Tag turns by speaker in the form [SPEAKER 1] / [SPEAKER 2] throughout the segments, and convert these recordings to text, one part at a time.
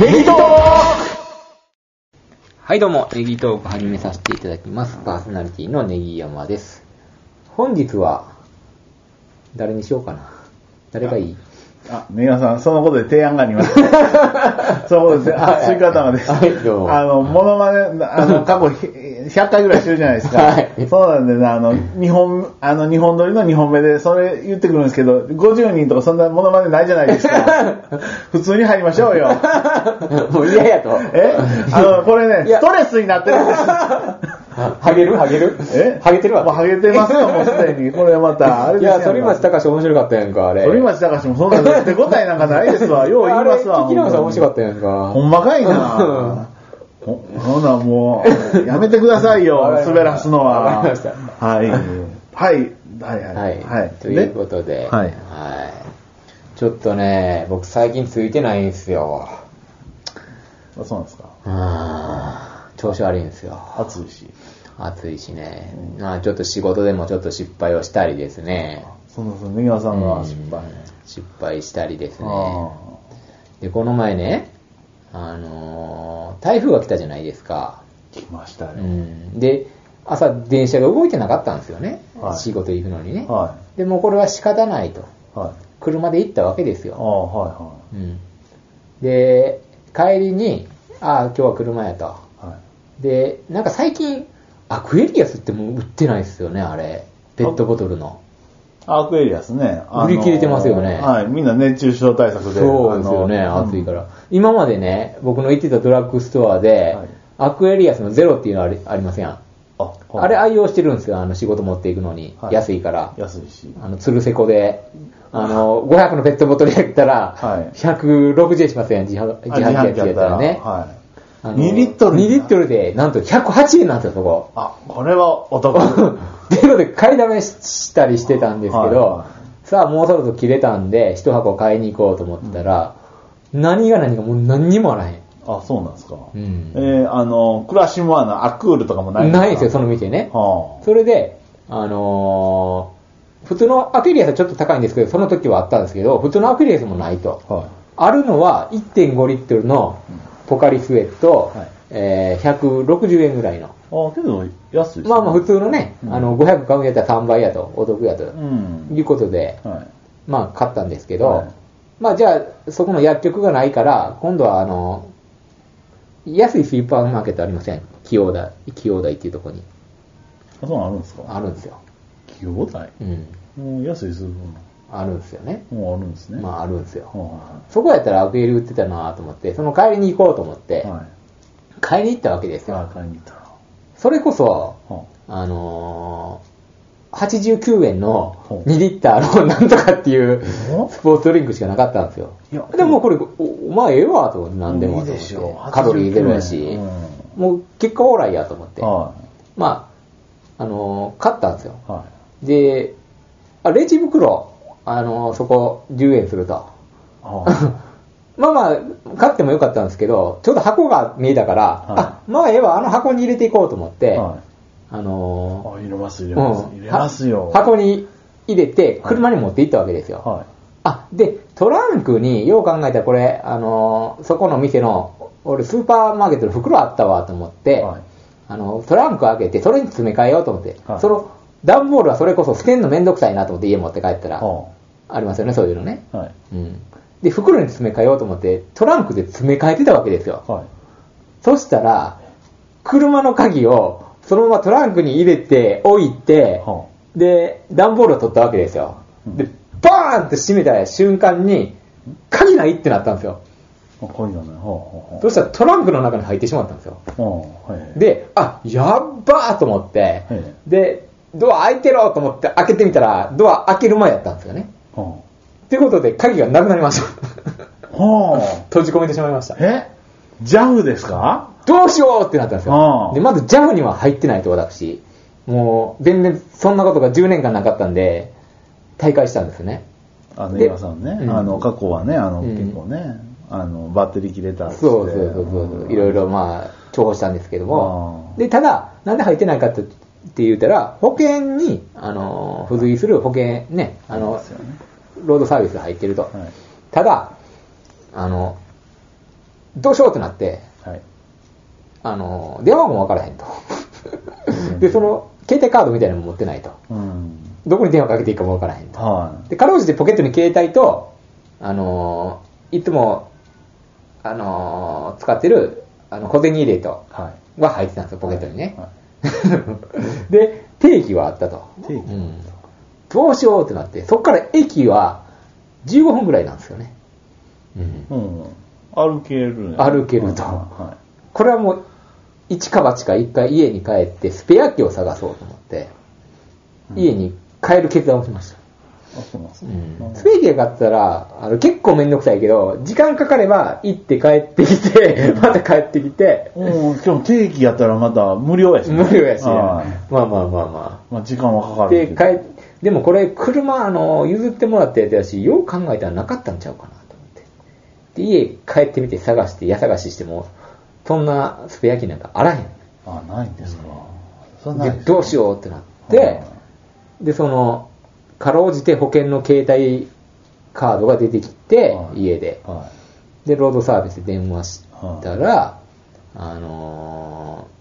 [SPEAKER 1] ネギトークはいどうも、ネギトーク始めさせていただきます。パーソナリティのネギ山です。本日は、誰にしようかな。誰がい い
[SPEAKER 2] あ、ネギさん、そのことで提案があ ります。そうですね。あ、追加玉です。
[SPEAKER 1] はいどうも
[SPEAKER 2] あの、モノマネ、あの、過去ひ100回ぐらいしてるじゃないですか。
[SPEAKER 1] はい
[SPEAKER 2] そうなんでね、あの、日本、あの、日本撮りの2本目で、それ言ってくるんですけど、50人とかそんなモノマネないじゃないで すか。普通に入りましょうよ。
[SPEAKER 1] もう嫌やと。
[SPEAKER 2] えあの、これね、
[SPEAKER 1] いや
[SPEAKER 2] ストレスになってるんです。
[SPEAKER 1] ハゲるハゲる
[SPEAKER 2] え
[SPEAKER 1] ハゲてるわ。
[SPEAKER 2] もうハゲてますよ、もうすでに。これまた、あれ
[SPEAKER 1] い
[SPEAKER 2] ですよ
[SPEAKER 1] や、反町隆史面白かったやんか、あれ。
[SPEAKER 2] 反町隆史もそんなんです手応えなんかないですわ。よう言いますわ。
[SPEAKER 1] あれ、聞き直したら面白か
[SPEAKER 2] っ
[SPEAKER 1] ったやん
[SPEAKER 2] たほ
[SPEAKER 1] か。
[SPEAKER 2] んまか いなほほな、もう、やめてくださ いよ
[SPEAKER 1] わかりま、した
[SPEAKER 2] 滑らすのは。
[SPEAKER 1] わかりました
[SPEAKER 2] はい。はい。はい。
[SPEAKER 1] は。
[SPEAKER 2] はいい。はい。
[SPEAKER 1] ということで、
[SPEAKER 2] はい
[SPEAKER 1] はいちょっとね、僕最近ついてないんですよ。
[SPEAKER 2] であそうなんですか。
[SPEAKER 1] うーん調子悪いんですよ。
[SPEAKER 2] 暑いし。
[SPEAKER 1] 暑いしね。まあちょっと仕事でもちょっと失敗をしたりですね。
[SPEAKER 2] そんな、そんな、根川さん
[SPEAKER 1] う
[SPEAKER 2] が
[SPEAKER 1] ん
[SPEAKER 2] 失敗。
[SPEAKER 1] 失敗したりですね。
[SPEAKER 2] あ
[SPEAKER 1] で、この前ね、あのー台風が来たじゃないですか。
[SPEAKER 2] あ、来ました
[SPEAKER 1] う
[SPEAKER 2] ね。
[SPEAKER 1] ん。で、朝電車が動いてなかったんですよね。
[SPEAKER 2] はい
[SPEAKER 1] 仕事行くのにね。
[SPEAKER 2] は
[SPEAKER 1] でもうこれは仕方ないと。
[SPEAKER 2] い。はい。
[SPEAKER 1] 車で行ったわけです
[SPEAKER 2] あ
[SPEAKER 1] よ。
[SPEAKER 2] あ、は
[SPEAKER 1] うん。で、帰りに、ああ、今日は車やと。
[SPEAKER 2] い、はい。はい。
[SPEAKER 1] で、なんか最近、アクエリアスってもう売ってないですよね、あれ。ペットボトルの。
[SPEAKER 2] アークエリアスね。あの
[SPEAKER 1] 売り切れてますよね
[SPEAKER 2] はい。みんな熱中症対策で。
[SPEAKER 1] そうですよね、
[SPEAKER 2] あの
[SPEAKER 1] 暑いから。今までね、僕の行ってたドラッグストアで、
[SPEAKER 2] はい
[SPEAKER 1] アクエリアスのゼロっていうのありありませんあ
[SPEAKER 2] あ
[SPEAKER 1] れ愛用してるんですよ、あの仕事持っていくのに。
[SPEAKER 2] はい
[SPEAKER 1] 安いから。
[SPEAKER 2] 安いし。
[SPEAKER 1] あの、つるせこで、あの、500のペットボトルやったら、
[SPEAKER 2] はい
[SPEAKER 1] 160円しますやん、自販自販機やつやったらね。
[SPEAKER 2] はい。
[SPEAKER 1] あの
[SPEAKER 2] 2リットル。
[SPEAKER 1] 2リットルで、なんと108円なんですよ、そこ。
[SPEAKER 2] あ、これはお得。
[SPEAKER 1] ゼロで買いだめしたりしてたんですけど、
[SPEAKER 2] はいは
[SPEAKER 1] さあもうそろそろ切れたんで、一箱買いに行こうと思ってたら、何が何がもう何にもあらへん。
[SPEAKER 2] あ、そうなんですか。
[SPEAKER 1] うん
[SPEAKER 2] えー、あの、クラシモアのアクールとかもない
[SPEAKER 1] ないんですよ、そ
[SPEAKER 2] の。
[SPEAKER 1] の店ね。
[SPEAKER 2] は
[SPEAKER 1] それで、あのー普通のアクエリアスはちょっと高いんですけど、その時はあったんですけど、普通のアクエリアスもないと。
[SPEAKER 2] あ。はい。
[SPEAKER 1] あるのは1.5リットルのポカリスエット、
[SPEAKER 2] はい
[SPEAKER 1] えー160円ぐらいの。
[SPEAKER 2] あ、けど、安いし
[SPEAKER 1] まあまあ普。通のね、
[SPEAKER 2] うん
[SPEAKER 1] あの500買うんやったら3倍やと、お得やと、
[SPEAKER 2] うん。
[SPEAKER 1] いうことで、
[SPEAKER 2] はい。
[SPEAKER 1] まあ買ったんですけど、
[SPEAKER 2] はい
[SPEAKER 1] まあじゃあそこの薬局がないから、今度はあの、安いスーパーマーケットありません。清田、清田っていうところに
[SPEAKER 2] あ、そうなんあるんですか
[SPEAKER 1] あるんですよ。
[SPEAKER 2] 企業代
[SPEAKER 1] うん。
[SPEAKER 2] もう安いする分
[SPEAKER 1] あるんですよね。
[SPEAKER 2] もうあるんですね。
[SPEAKER 1] まああるんですよ。
[SPEAKER 2] は
[SPEAKER 1] そこやったらアクエル売ってたなと思って、その帰りに行こうと思っ
[SPEAKER 2] い。
[SPEAKER 1] て、
[SPEAKER 2] はい。
[SPEAKER 1] 買いに行ったわけですよ。
[SPEAKER 2] あ、買いに行ったら。は
[SPEAKER 1] それこそ、
[SPEAKER 2] あ
[SPEAKER 1] あのー、89円の
[SPEAKER 2] ほう
[SPEAKER 1] 2リッターの なんとかっていう
[SPEAKER 2] ほう
[SPEAKER 1] スポーツドリンクしかなかったんですよ
[SPEAKER 2] いや。
[SPEAKER 1] でもこれ、おお前ええわと思って、なんでも
[SPEAKER 2] いいでし
[SPEAKER 1] と思っ
[SPEAKER 2] ょう
[SPEAKER 1] てカロリーゼロや
[SPEAKER 2] 89
[SPEAKER 1] し
[SPEAKER 2] 円、
[SPEAKER 1] もう結果オーライやと思って、
[SPEAKER 2] はい。
[SPEAKER 1] まあ、あのー買ったんですよ。
[SPEAKER 2] は
[SPEAKER 1] で、あレジ袋、あのーそこ10円すると。
[SPEAKER 2] い。は
[SPEAKER 1] まあまあ、買ってもよかったんですけど、ちょうど箱が見えたから、あ、まあええわ、あの箱に入れていこうと思っ
[SPEAKER 2] い。
[SPEAKER 1] て、
[SPEAKER 2] はい
[SPEAKER 1] あのー
[SPEAKER 2] あ、入れます、入れます。
[SPEAKER 1] うん
[SPEAKER 2] 入れますよ。
[SPEAKER 1] は箱に入れて、車に持って行ったわけですよ。
[SPEAKER 2] は
[SPEAKER 1] あ、で、トランクに、よう考えたらこれ、あのーそこの店の、俺スーパーマーケットの袋あったわと思っ
[SPEAKER 2] い。
[SPEAKER 1] て、
[SPEAKER 2] はい。
[SPEAKER 1] あの、トランク開けて、それに詰め替えようと思って、
[SPEAKER 2] はい
[SPEAKER 1] その、段ボールはそれこそ捨てんのめんどくさいなと思って家持って帰ったら、
[SPEAKER 2] は
[SPEAKER 1] ありますよね、そういうのね。
[SPEAKER 2] あはい。
[SPEAKER 1] うん。で、袋に詰め替えようと思って、トランクで詰め替えてたわけですよ。
[SPEAKER 2] はい。
[SPEAKER 1] そしたら、車の鍵を、そのままトランクに入れて、置いて、
[SPEAKER 2] は
[SPEAKER 1] で、段ボールを取ったわけですよ。
[SPEAKER 2] うん
[SPEAKER 1] で、バーンって閉めた瞬間に、鍵ないってなったんですよ。
[SPEAKER 2] あ。あ、こういうのね。はあ、は
[SPEAKER 1] そしたらトランクの中に入ってしまったんですよ。
[SPEAKER 2] あ、はあ。はい。
[SPEAKER 1] で、あ、やっばーと思って
[SPEAKER 2] え、
[SPEAKER 1] で、ドア開いてろと思って開けてみたら、ドア開ける前やったんですよね。
[SPEAKER 2] は
[SPEAKER 1] ということで、鍵がなくなりました。
[SPEAKER 2] あ。は
[SPEAKER 1] 閉じ込めてしまいました
[SPEAKER 2] あ。。えジャフですか
[SPEAKER 1] どうしようってなったんですよ
[SPEAKER 2] う。ん
[SPEAKER 1] で、まず JAF には入ってないと私、もう全然そんなことが10年間なかったんで、大会したんですよね。
[SPEAKER 2] あの、
[SPEAKER 1] で
[SPEAKER 2] 今さんね。
[SPEAKER 1] うん
[SPEAKER 2] あの、過去はね、あの、
[SPEAKER 1] うん
[SPEAKER 2] 結構ね、あの、バッテリー切れたっつって
[SPEAKER 1] そうそうそうそう、いろい。ろまあ、重宝したんですけども、で、ただ、なんで入ってないかってって言ったら、保険に、あの、付随する保険ね、あ
[SPEAKER 2] そう
[SPEAKER 1] の
[SPEAKER 2] です、よね。
[SPEAKER 1] ロードサービスが入ってると。
[SPEAKER 2] はい。
[SPEAKER 1] ただ、あの、どうしようってなって、
[SPEAKER 2] はい。
[SPEAKER 1] あの、電話番号もわからへんと。で、その、携帯カードみたいなのも持ってないと。
[SPEAKER 2] うん。
[SPEAKER 1] どこに電話かけていいかもわからへんと。
[SPEAKER 2] は
[SPEAKER 1] で、かろうじてポケットに携帯と、あのーいつも、あのー使ってる、あの、小銭入れと
[SPEAKER 2] い。、は
[SPEAKER 1] が入ってたんですよ、ポケットに
[SPEAKER 2] い。
[SPEAKER 1] ね。
[SPEAKER 2] は
[SPEAKER 1] で、定期はあったと。
[SPEAKER 2] 定期
[SPEAKER 1] うん。どうしようってなって、そこから駅は15分ぐらいなんですよね。うん
[SPEAKER 2] い。。うん。歩けるね。
[SPEAKER 1] 歩けると
[SPEAKER 2] は
[SPEAKER 1] これはもう、一か八か一回家に帰って、スペア機を探そうと思って、
[SPEAKER 2] うん
[SPEAKER 1] 家に帰る決断をしました。
[SPEAKER 2] い。あ、そうなんです
[SPEAKER 1] う
[SPEAKER 2] ね。
[SPEAKER 1] ん。スペア機が買ったら、あの、結構めんどくさいけど、時間かかれば行って帰ってきて、また帰ってきて、
[SPEAKER 2] うん、今日も定期やったらまた無料やしね、
[SPEAKER 1] 無理やしね、
[SPEAKER 2] はい
[SPEAKER 1] まあまあまあまあ。
[SPEAKER 2] まあ、時間はかかる
[SPEAKER 1] で
[SPEAKER 2] けど。
[SPEAKER 1] 帰でもこれ車あの譲ってもらったやつやしよう考えたらなかったんちゃうかなと思ってで家帰ってみて探して家探ししてもそんなスペア機なんかあらへん
[SPEAKER 2] あ、ないんですか。そんな
[SPEAKER 1] で
[SPEAKER 2] いです
[SPEAKER 1] どうしようってなって
[SPEAKER 2] は
[SPEAKER 1] でそのかろうじて保険の携帯カードが出てきて
[SPEAKER 2] はい
[SPEAKER 1] 家で
[SPEAKER 2] いは
[SPEAKER 1] でロードサービスで電話したらあのー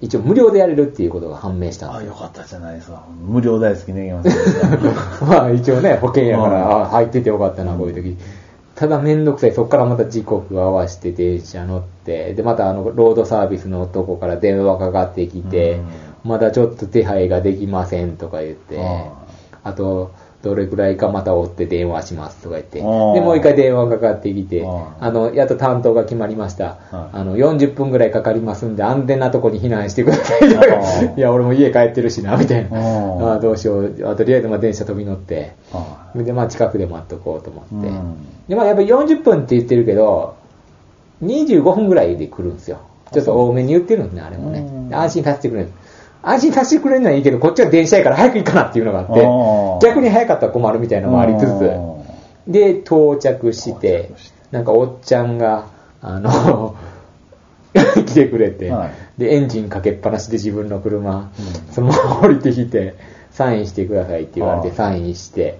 [SPEAKER 1] 一応無料でやれるっていうことが判明したんです
[SPEAKER 2] い。あ、
[SPEAKER 1] よ
[SPEAKER 2] よかったじゃないですか。無料大好きね、山田さん
[SPEAKER 1] まあ一応ね、保険やか
[SPEAKER 2] う
[SPEAKER 1] ら、
[SPEAKER 2] ん
[SPEAKER 1] あ入っててよかったな、こういう時。ただめんどくさい。そこからまた時刻合わせて電車乗って、で、またあの、ロードサービスのとこから電話かかってきて、まだちょっと手配ができませんとか言って
[SPEAKER 2] うん、
[SPEAKER 1] あと、どれくらいかまた追って電話しますとか言って、で、
[SPEAKER 2] うん
[SPEAKER 1] もう一回電話かかってきて
[SPEAKER 2] う、ん
[SPEAKER 1] あの、やっと担当が決まりました。
[SPEAKER 2] は
[SPEAKER 1] あ
[SPEAKER 2] い
[SPEAKER 1] の、40分くらいかかりますんで、安全なとこに避難してくださいとか
[SPEAKER 2] う。ん
[SPEAKER 1] いや、俺も家帰ってるしな、みたいな。
[SPEAKER 2] うん
[SPEAKER 1] ああどうしよう。あとりあえずまあ電車飛び乗って、
[SPEAKER 2] は
[SPEAKER 1] で、まあ近くで待っとこうと思って。
[SPEAKER 2] い。うん
[SPEAKER 1] で、まあやっぱ40分って言ってるけど、25分ぐらいで来るんですよ。ちょっと多めに言ってるんですね、あれも
[SPEAKER 2] うん
[SPEAKER 1] ね。安心させてくれる。安心させてくれるのはいいけど、こっちは電車やから早く行かなっていうのがあっ
[SPEAKER 2] あ
[SPEAKER 1] て、
[SPEAKER 2] ー
[SPEAKER 1] 逆に早かったら困るみたいなのもありつつ、で、到着して
[SPEAKER 2] 到着して、
[SPEAKER 1] なんかおっちゃんが、あの、 来てくれて、
[SPEAKER 2] はい
[SPEAKER 1] で、エンジンかけっぱなしで自分の車、
[SPEAKER 2] うん
[SPEAKER 1] そのまま降りてきて、サインしてくださいって言われて、
[SPEAKER 2] ああ
[SPEAKER 1] サインして、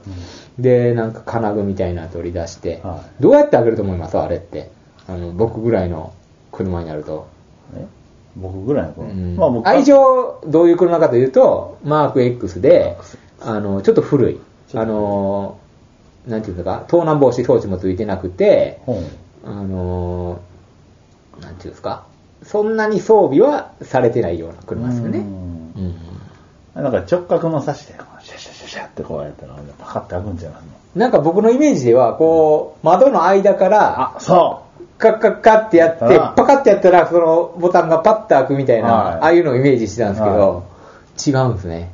[SPEAKER 1] で、なんか金具みたいなの取り出して、
[SPEAKER 2] は
[SPEAKER 1] どうやって開けると思いますあれって。あの、僕ぐらいの車になると。
[SPEAKER 2] え僕ぐらいの
[SPEAKER 1] う
[SPEAKER 2] 頃。
[SPEAKER 1] ん
[SPEAKER 2] まあ僕
[SPEAKER 1] 愛情、どういう車かというと、マーク X で、あの、ちょっと古い。あの、なんていうのか、盗難防止装置もついてなくて、
[SPEAKER 2] 本。
[SPEAKER 1] あのーなんていうんですか、そんなに装備はされてないような車ですよね。
[SPEAKER 2] うん
[SPEAKER 1] うん
[SPEAKER 2] なんか直角の差しで、こうシャシャシャシャってこうやったら、パカって開くんじゃないの
[SPEAKER 1] なんか僕のイメージでは、こう、窓の間から、
[SPEAKER 2] あ、そ
[SPEAKER 1] カッカッカってやって、
[SPEAKER 2] あ
[SPEAKER 1] パカってやったら、そのボタンがパッと開くみたいな、
[SPEAKER 2] はい
[SPEAKER 1] ああいうのをイメージしてたんですけ
[SPEAKER 2] は
[SPEAKER 1] ど、違うんですね。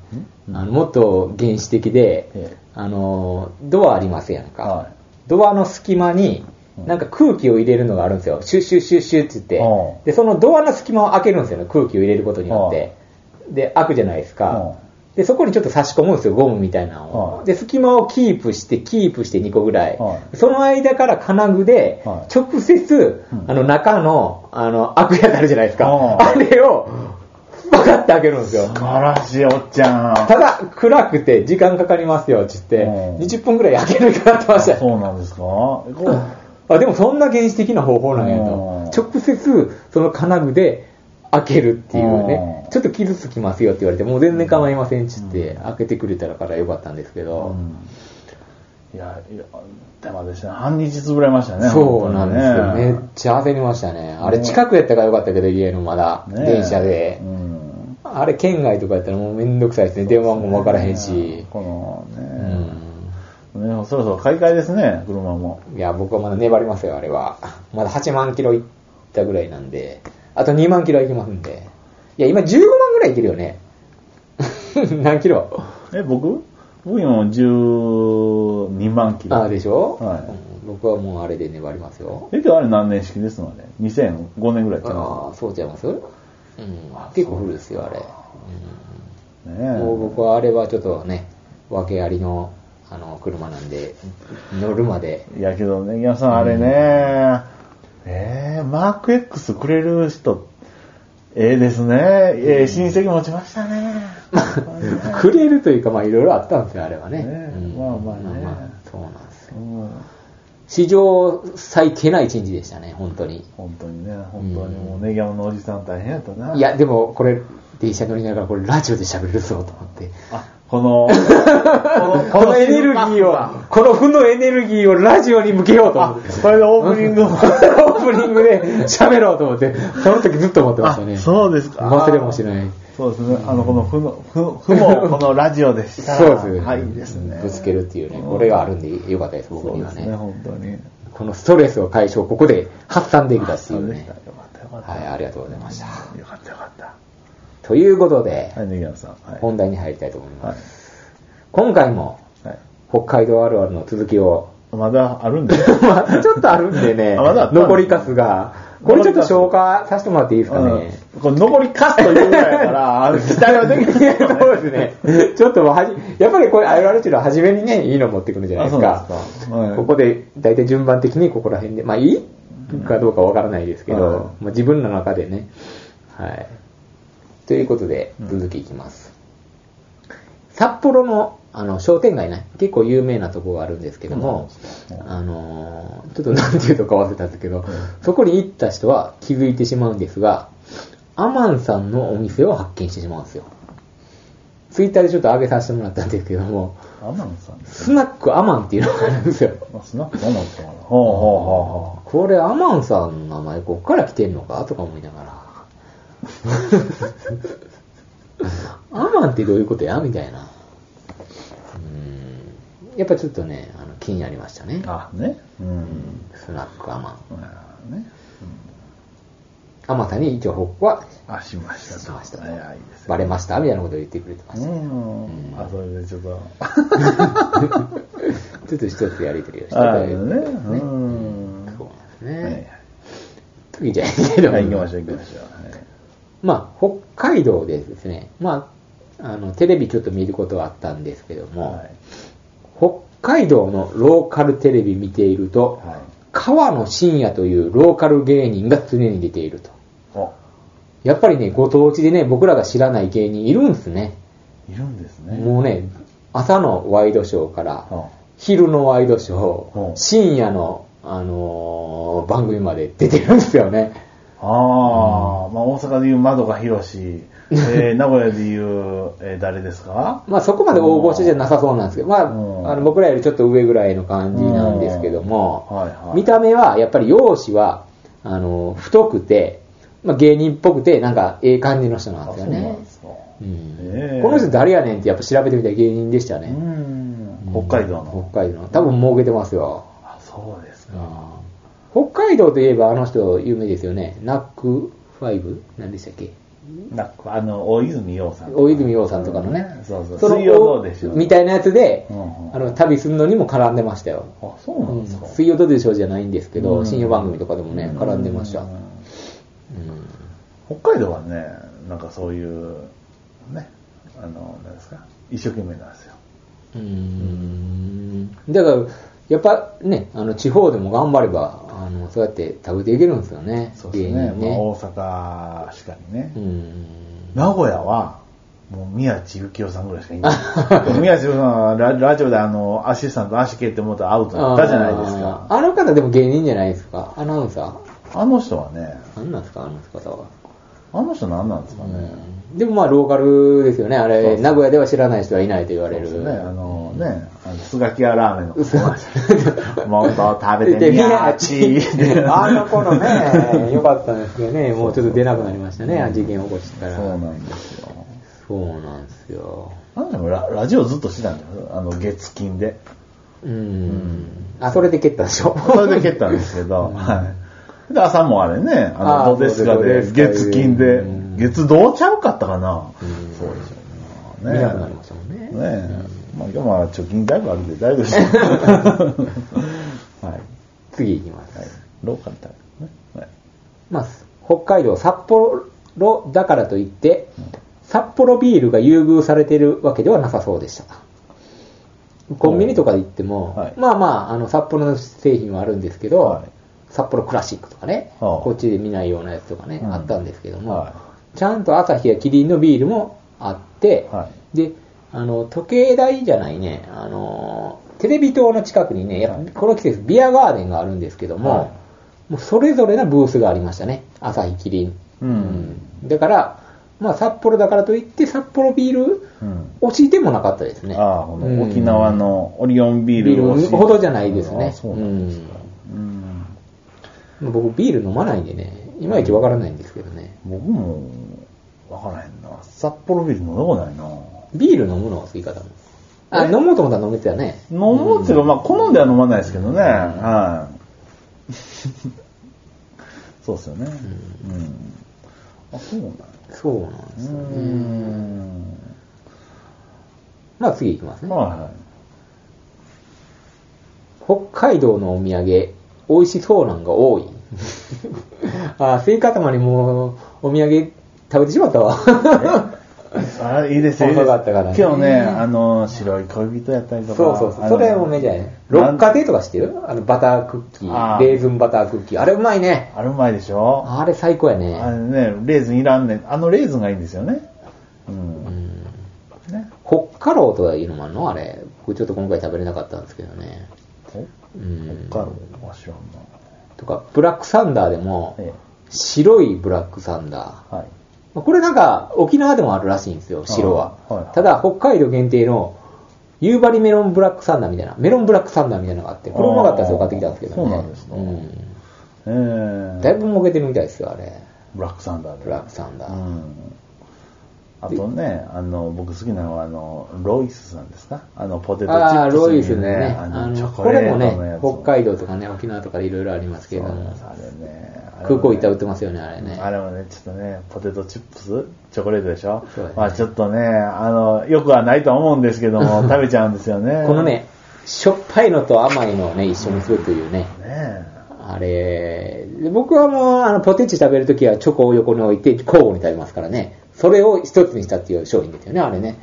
[SPEAKER 2] ん
[SPEAKER 1] あのもっと原始的で
[SPEAKER 2] ええ、
[SPEAKER 1] あのー、ドアありますやん
[SPEAKER 2] う。
[SPEAKER 1] か。
[SPEAKER 2] は
[SPEAKER 1] ドアの隙間に、なんか空気を入れるのがあるんですよ。シュッシュッシュッシュッって言って
[SPEAKER 2] う。ん
[SPEAKER 1] で、そのドアの隙間を開けるんですよね。空気を入れることによって。で、開くじゃないですか。で、そこにちょっと差し込むんですよ。ゴムみたいなの
[SPEAKER 2] は
[SPEAKER 1] を。
[SPEAKER 2] い
[SPEAKER 1] で、隙間をキープして、キープして2個ぐらい
[SPEAKER 2] は。い
[SPEAKER 1] その間から金具で
[SPEAKER 2] は、い
[SPEAKER 1] 直接
[SPEAKER 2] う、ん
[SPEAKER 1] あの中の、あの、開くやつあるじゃないですか。
[SPEAKER 2] うん
[SPEAKER 1] あれを、バカって開けるんですよ
[SPEAKER 2] い。素。晴らしい、おっちゃん。
[SPEAKER 1] ただ、暗くて時間かかりますよって言
[SPEAKER 2] うん
[SPEAKER 1] って、20分ぐらい開けるかなってましたよ。
[SPEAKER 2] そうなんですかこう
[SPEAKER 1] あでもそんな原始的な方法なんやと。
[SPEAKER 2] うん
[SPEAKER 1] 直接、その金具で開けるっていうね
[SPEAKER 2] う。ん
[SPEAKER 1] ちょっと傷つきますよって言われて、もう全然構いませんって言って、開けてくれたからよかったんですけど。
[SPEAKER 2] いや、いや、でもですね、半日潰れましたね。
[SPEAKER 1] そうなんですよ。
[SPEAKER 2] 本当
[SPEAKER 1] め
[SPEAKER 2] に
[SPEAKER 1] っちゃ焦りましたね。あれ近くやったからよかったけど、家のまだ、
[SPEAKER 2] ね
[SPEAKER 1] 電車で
[SPEAKER 2] う。ん。
[SPEAKER 1] あれ県外とかやったらもうめんどくさいですね。電話もわからへんし。
[SPEAKER 2] この
[SPEAKER 1] う
[SPEAKER 2] ね、
[SPEAKER 1] ん。
[SPEAKER 2] ねそろそろ買い替えですね、車も。
[SPEAKER 1] いや、僕はまだ粘りますよ、あれは。まだ8万キロいったぐらいなんで、あと2万キロいきますんで。いや、今15万ぐらいいけるよね。 何キロ
[SPEAKER 2] え、僕僕今12万キロ。
[SPEAKER 1] ああ、でしょ、
[SPEAKER 2] はい
[SPEAKER 1] うん僕はもうあれで粘りますよ。
[SPEAKER 2] え、であれ何年式ですので ?2005 年ぐらいちゃいま
[SPEAKER 1] ああ、そうちゃいますうん。結構古いですよ、あれ。
[SPEAKER 2] すね
[SPEAKER 1] うん、もう
[SPEAKER 2] え。
[SPEAKER 1] 僕はあれはちょっとね、訳ありの、あの、車なんで、乗るま で。
[SPEAKER 2] いやけどね、皆さんあれね、えー、マーク X くれる人、ええですね。ええ親戚持ちました ね。
[SPEAKER 1] くれるというか、まあいろいろあったんですよ、あれはね。
[SPEAKER 2] ね
[SPEAKER 1] うん
[SPEAKER 2] まあまあね
[SPEAKER 1] そうなんですよ
[SPEAKER 2] うん
[SPEAKER 1] 史上最低な一日でしたね、本当に。
[SPEAKER 2] 本当にね、本当にもうネギャムのおじさん大変やったな。
[SPEAKER 1] いや、でもこれ、電車乗りながらこれラジオで喋れるぞと思って。
[SPEAKER 2] あ、この、この
[SPEAKER 1] このエネル ギーを、この負のエネルギーをラジオに向けようと思
[SPEAKER 2] あ
[SPEAKER 1] って。、
[SPEAKER 2] これでオープニング を。
[SPEAKER 1] オープニングで喋ろうと思って、その時ずっと思ってましたね。
[SPEAKER 2] あそうですか
[SPEAKER 1] 忘れもしない。
[SPEAKER 2] そうですね、あの、この負の、負負もこのラジオでした
[SPEAKER 1] そう
[SPEAKER 2] ら。
[SPEAKER 1] ですね。
[SPEAKER 2] はい、ですね。
[SPEAKER 1] ぶつけるっていうね、これがあるんでよかったです、僕
[SPEAKER 2] そう
[SPEAKER 1] に
[SPEAKER 2] で
[SPEAKER 1] は
[SPEAKER 2] す
[SPEAKER 1] ね。
[SPEAKER 2] ね、本当に。
[SPEAKER 1] このストレスを解消、ここで発散できたってい
[SPEAKER 2] そう
[SPEAKER 1] う
[SPEAKER 2] でした。
[SPEAKER 1] ね
[SPEAKER 2] よ。かった、よかった。
[SPEAKER 1] はい、ありがとうございました。
[SPEAKER 2] よかった、よかった。
[SPEAKER 1] ということで、
[SPEAKER 2] はい、ネギャムさん。はい。
[SPEAKER 1] 本題に入りたいと思います。
[SPEAKER 2] はい。
[SPEAKER 1] 今回も、
[SPEAKER 2] はい。
[SPEAKER 1] 北海道あるあるの続きを、
[SPEAKER 2] まだあるんで。
[SPEAKER 1] まあちょっとあるんでね、
[SPEAKER 2] あまだあった
[SPEAKER 1] 残りカスが、これちょっと消化させてもらっていいですかね。
[SPEAKER 2] うんこれ残りカスというぐらいだから、あの期待はできない
[SPEAKER 1] いや そうですね。ちょっとはじ、やっぱりこれ、あるあるっていうのは初めにね、いいの持ってくるじゃないですか。
[SPEAKER 2] あそうですかはい
[SPEAKER 1] ここで、大体順番的にここら辺で、まあいいかどうかわからないですけど、
[SPEAKER 2] はい
[SPEAKER 1] まあ、自分の中でね。はい。ということで、続きいきます。札幌の、あの、商店街ね、結構有名なとこがあるんですけども
[SPEAKER 2] うん、
[SPEAKER 1] あのーちょっとなんていうとか忘れたんですけど、そこに行った人は気づいてしまうんですが、アマンさんのお店を発見してしまうんですよ。ツイッターでちょっと上げさせてもらったんですけども、
[SPEAKER 2] アマンさんです。
[SPEAKER 1] スナックアマンっていうのがあるんですよ。
[SPEAKER 2] あスナックアマンさんかな。ほうほうほうほ
[SPEAKER 1] これアマンさんの名前こっから来てんのかとか思いながら。アマンってどういうことやみたいな。うん。やっぱちょっとね、あの気になりましたね
[SPEAKER 2] う。。あ、ね。うん。
[SPEAKER 1] スナックアマン。
[SPEAKER 2] まあね。
[SPEAKER 1] アマンさんに一応報告は
[SPEAKER 2] あ、しましたと。
[SPEAKER 1] しましたと
[SPEAKER 2] いやいいですね
[SPEAKER 1] バレましたみたいなことを言ってくれてました。
[SPEAKER 2] うん。あ、それでちょっと。
[SPEAKER 1] ちょっと一つやりとりをして
[SPEAKER 2] あ
[SPEAKER 1] た
[SPEAKER 2] ね。
[SPEAKER 1] り
[SPEAKER 2] うん。
[SPEAKER 1] そうなんです
[SPEAKER 2] はい
[SPEAKER 1] ね。次じゃないけど。
[SPEAKER 2] はい、行きましょう、行きましょう。はい
[SPEAKER 1] まあ、北海道でですね、まあ、あの、テレビちょっと見ることはあったんですけども、
[SPEAKER 2] はい
[SPEAKER 1] 北海道のローカルテレビ見ていると、
[SPEAKER 2] はい
[SPEAKER 1] 川野真也というローカル芸人が常に出ていると。
[SPEAKER 2] お
[SPEAKER 1] やっぱりね、ご当地でね、僕らが知らない芸人いるんですね。
[SPEAKER 2] いるんですね。
[SPEAKER 1] もうね、朝のワイドショーから、
[SPEAKER 2] は
[SPEAKER 1] 昼のワイドショ
[SPEAKER 2] う
[SPEAKER 1] ー、
[SPEAKER 2] ん
[SPEAKER 1] 深夜の、あのー番組まで出てるんですよね。
[SPEAKER 2] ああ、まあ大阪でいう窓が広し、えー名 古屋でいう、えー誰ですか
[SPEAKER 1] まあそこまで大御所じゃなさそうなんですけど、まあ、
[SPEAKER 2] うん
[SPEAKER 1] あの僕らよりちょっと上ぐらいの感じなんですけども、
[SPEAKER 2] うんはいはい
[SPEAKER 1] 見た目はやっぱり容姿は、あの、太くて、まあ芸人っぽくて、なんかええ感じの人なん
[SPEAKER 2] あ
[SPEAKER 1] ですよ
[SPEAKER 2] そうな
[SPEAKER 1] ね
[SPEAKER 2] ん。ですか。
[SPEAKER 1] うん
[SPEAKER 2] ええ
[SPEAKER 1] この人誰やねんってやっぱ調べてみたら芸人でした
[SPEAKER 2] う
[SPEAKER 1] ね。
[SPEAKER 2] ん。北海道の。
[SPEAKER 1] 北海道の。多分儲けてますよ。
[SPEAKER 2] あ、そうですか。
[SPEAKER 1] 北海道といえばあの人有名ですよね。ナックファイブ何でしたっけ
[SPEAKER 2] なんかあの、大泉洋さん。
[SPEAKER 1] 大泉洋さんとかのね。
[SPEAKER 2] そうそう。
[SPEAKER 1] その
[SPEAKER 2] 水曜どうでしょう。
[SPEAKER 1] みたいなやつで、
[SPEAKER 2] うんうん
[SPEAKER 1] あの、旅するのにも絡んでましたよ。
[SPEAKER 2] あ、そうなんですか。
[SPEAKER 1] 水曜どうでしょうじゃないんですけど、
[SPEAKER 2] うん
[SPEAKER 1] 深夜番組とかでもね、絡んでました。
[SPEAKER 2] う
[SPEAKER 1] うん
[SPEAKER 2] ん北海道はね、なんかそういう、ね、あの、なんですか、一生懸命なんですよ。
[SPEAKER 1] うん。だから、やっぱね、あの、地方でも頑張れば、あの、そうやって食べていけるんですよね。
[SPEAKER 2] そうです
[SPEAKER 1] 芸
[SPEAKER 2] ね。
[SPEAKER 1] 人
[SPEAKER 2] まあ、大阪しかりね。
[SPEAKER 1] うん。
[SPEAKER 2] 名古屋は、もう宮地幸雄さんぐらいしかいない。でも宮地幸雄さんはララジオであの、アシスタント足蹴って思ったらアウトだったじゃないですか。
[SPEAKER 1] あーあの方でも芸人じゃないですか。アナウンサー。
[SPEAKER 2] あの人はね、
[SPEAKER 1] 何なんですか、あの方は。
[SPEAKER 2] あの人何なんですかね。
[SPEAKER 1] でもまあ、ローカルですよね。あれ、名古屋では知らない人はいないと言わ
[SPEAKER 2] そ
[SPEAKER 1] れ
[SPEAKER 2] うで
[SPEAKER 1] る。
[SPEAKER 2] すね、あのね、あのスガキ屋ラーメンのコマーシャル。 もっと食べて
[SPEAKER 1] で
[SPEAKER 2] みや
[SPEAKER 1] 宮
[SPEAKER 2] ー
[SPEAKER 1] 地
[SPEAKER 2] ち ー。
[SPEAKER 1] あの頃ね、良かったんですけどね、もうちょっと出なくなりましたね、事件起こしたら。
[SPEAKER 2] そうなんですよ。
[SPEAKER 1] そうなんですよ。
[SPEAKER 2] なんでもララジオずっとしてたんですよ。あの、月金で。
[SPEAKER 1] うん。あ、それで蹴ったでしょ。
[SPEAKER 2] それで蹴ったんですけど、はい。で、朝もあれね、あ
[SPEAKER 1] あー
[SPEAKER 2] の、どうですか
[SPEAKER 1] そうで
[SPEAKER 2] で、
[SPEAKER 1] すどうですか
[SPEAKER 2] 月金で
[SPEAKER 1] う、ん
[SPEAKER 2] 月どうちゃうかったかな。そう
[SPEAKER 1] 見
[SPEAKER 2] でしょうね。
[SPEAKER 1] なくなりましたもんね。
[SPEAKER 2] ねえ。まあ今日は貯金だいぶあるんで、だいぶ です。はい。
[SPEAKER 1] 次行きます。
[SPEAKER 2] ローカルタイプね。はい
[SPEAKER 1] まあ、北海道札幌だからといって、札幌ビールが優遇されてるわけではなさそうでした。コンビニとかで行っても、
[SPEAKER 2] はい
[SPEAKER 1] まあまあ、あの、札幌の製品はあるんですけど、
[SPEAKER 2] はい
[SPEAKER 1] 札幌クラシックとかね、
[SPEAKER 2] はあ
[SPEAKER 1] こっちで見ないようなやつとかね、
[SPEAKER 2] うん
[SPEAKER 1] あったんですけども、
[SPEAKER 2] は
[SPEAKER 1] ちゃんと朝日やキリンのビールもあって、
[SPEAKER 2] は
[SPEAKER 1] で、あの、時計台じゃないね、あの、テレビ塔の近くにね、やっぱこの季節ビアガーデンがあるんですけども、
[SPEAKER 2] はい
[SPEAKER 1] もうそれぞれのブースがありましたね。朝日キリン。
[SPEAKER 2] うん
[SPEAKER 1] うんだから、まあ札幌だからといって札幌ビール
[SPEAKER 2] うん
[SPEAKER 1] 推しでもなかったですね。
[SPEAKER 2] ああ、こ
[SPEAKER 1] うん
[SPEAKER 2] の沖縄のオリオンビー
[SPEAKER 1] ビ
[SPEAKER 2] ルを
[SPEAKER 1] ールほどじゃないです
[SPEAKER 2] ああ
[SPEAKER 1] ね。
[SPEAKER 2] そうなんですか。うん
[SPEAKER 1] うん僕ビール飲まないんでね、いまいちわからないんですけどね。
[SPEAKER 2] 僕も、わからへんな。札幌ビール飲んだことないな。
[SPEAKER 1] ビール飲むのが好きかだもん。あ、
[SPEAKER 2] え
[SPEAKER 1] 飲もうと思ったら飲めてたね。
[SPEAKER 2] 飲もうっていうか、まあ、好んでは飲まないですけどね。はい。そうですよね。うん。あ、そうなんだ。
[SPEAKER 1] そうなんで
[SPEAKER 2] う
[SPEAKER 1] すよ
[SPEAKER 2] ー
[SPEAKER 1] ね。
[SPEAKER 2] ん。
[SPEAKER 1] まあ次行きますね。
[SPEAKER 2] は
[SPEAKER 1] 北海道のお土産、美味しそうなんが多 い。あ、スイカ玉にもうお土産食べてしまったわ。
[SPEAKER 2] いはい。あ、いいですよ。いい
[SPEAKER 1] 細
[SPEAKER 2] です
[SPEAKER 1] かったからね
[SPEAKER 2] 今日ね、あの、白い恋人やったりとか。
[SPEAKER 1] そうそうそ
[SPEAKER 2] あ
[SPEAKER 1] う。
[SPEAKER 2] の
[SPEAKER 1] それもメジャーやね。六花亭とか知ってるあの、バタークッキー、
[SPEAKER 2] あー
[SPEAKER 1] レーズンバタークッキー。あれうまいね。
[SPEAKER 2] あれうまいでしょ
[SPEAKER 1] あれ最高や
[SPEAKER 2] あ
[SPEAKER 1] ね。
[SPEAKER 2] れね、レーズンいらんねん。あのレーズンがいいんですよね。うん。
[SPEAKER 1] うん。
[SPEAKER 2] ね。
[SPEAKER 1] ホッカローとかいうのもあるのあれ。僕ちょっと今回食べれなかったんですけどね。うん。
[SPEAKER 2] 北海道は知らんな。
[SPEAKER 1] とか、ブラックサンダーでも、
[SPEAKER 2] ええ
[SPEAKER 1] 白いブラックサンダー。
[SPEAKER 2] はい。
[SPEAKER 1] まあこれなんか、沖縄でもあるらしいんですよ、白は。
[SPEAKER 2] あはい
[SPEAKER 1] ただ、北海道限定の、夕張メロンブラックサンダーみたいな、メロンブラックサンダーみたいなのがあって、これうまかったですよ、
[SPEAKER 2] あー
[SPEAKER 1] 買ってきたんですけどね。
[SPEAKER 2] そうなんですか
[SPEAKER 1] うん。
[SPEAKER 2] え
[SPEAKER 1] だい
[SPEAKER 2] ー、
[SPEAKER 1] ぶ儲けてるみたいですよ、あれ。
[SPEAKER 2] ブラックサンダーで。
[SPEAKER 1] ブラックサンダー。
[SPEAKER 2] うん。あとね、あの、僕好きなのは、あの、ロイスさんですかあの、ポテトチップスに、
[SPEAKER 1] ああ、ロイスね。
[SPEAKER 2] あ
[SPEAKER 1] あ
[SPEAKER 2] の、チ
[SPEAKER 1] の、
[SPEAKER 2] ョコ
[SPEAKER 1] こ
[SPEAKER 2] レ
[SPEAKER 1] れも
[SPEAKER 2] ート
[SPEAKER 1] ね
[SPEAKER 2] のや、つを。
[SPEAKER 1] 北海道とかね、沖縄とかでいろいろありますけれど
[SPEAKER 2] そうなん
[SPEAKER 1] も
[SPEAKER 2] です、あれね。あれはね
[SPEAKER 1] 空港行ったら売ってますよね、あれね。
[SPEAKER 2] あれはね、ちょっとね、ポテトチップスチョコレートでしょ
[SPEAKER 1] そうだね
[SPEAKER 2] まあちょっとね、あの、よくはないとは思うんですけど も、食べちゃうんですよね。
[SPEAKER 1] この。ね、しょっぱいのと甘いのをね、一緒にするというね。
[SPEAKER 2] ねえ。
[SPEAKER 1] あれ、で僕はもう、あの、ポテチ食べるときはチョコを横に置いて交互に食べますからね。それを一つにしたっていう商品ですよね、あれね。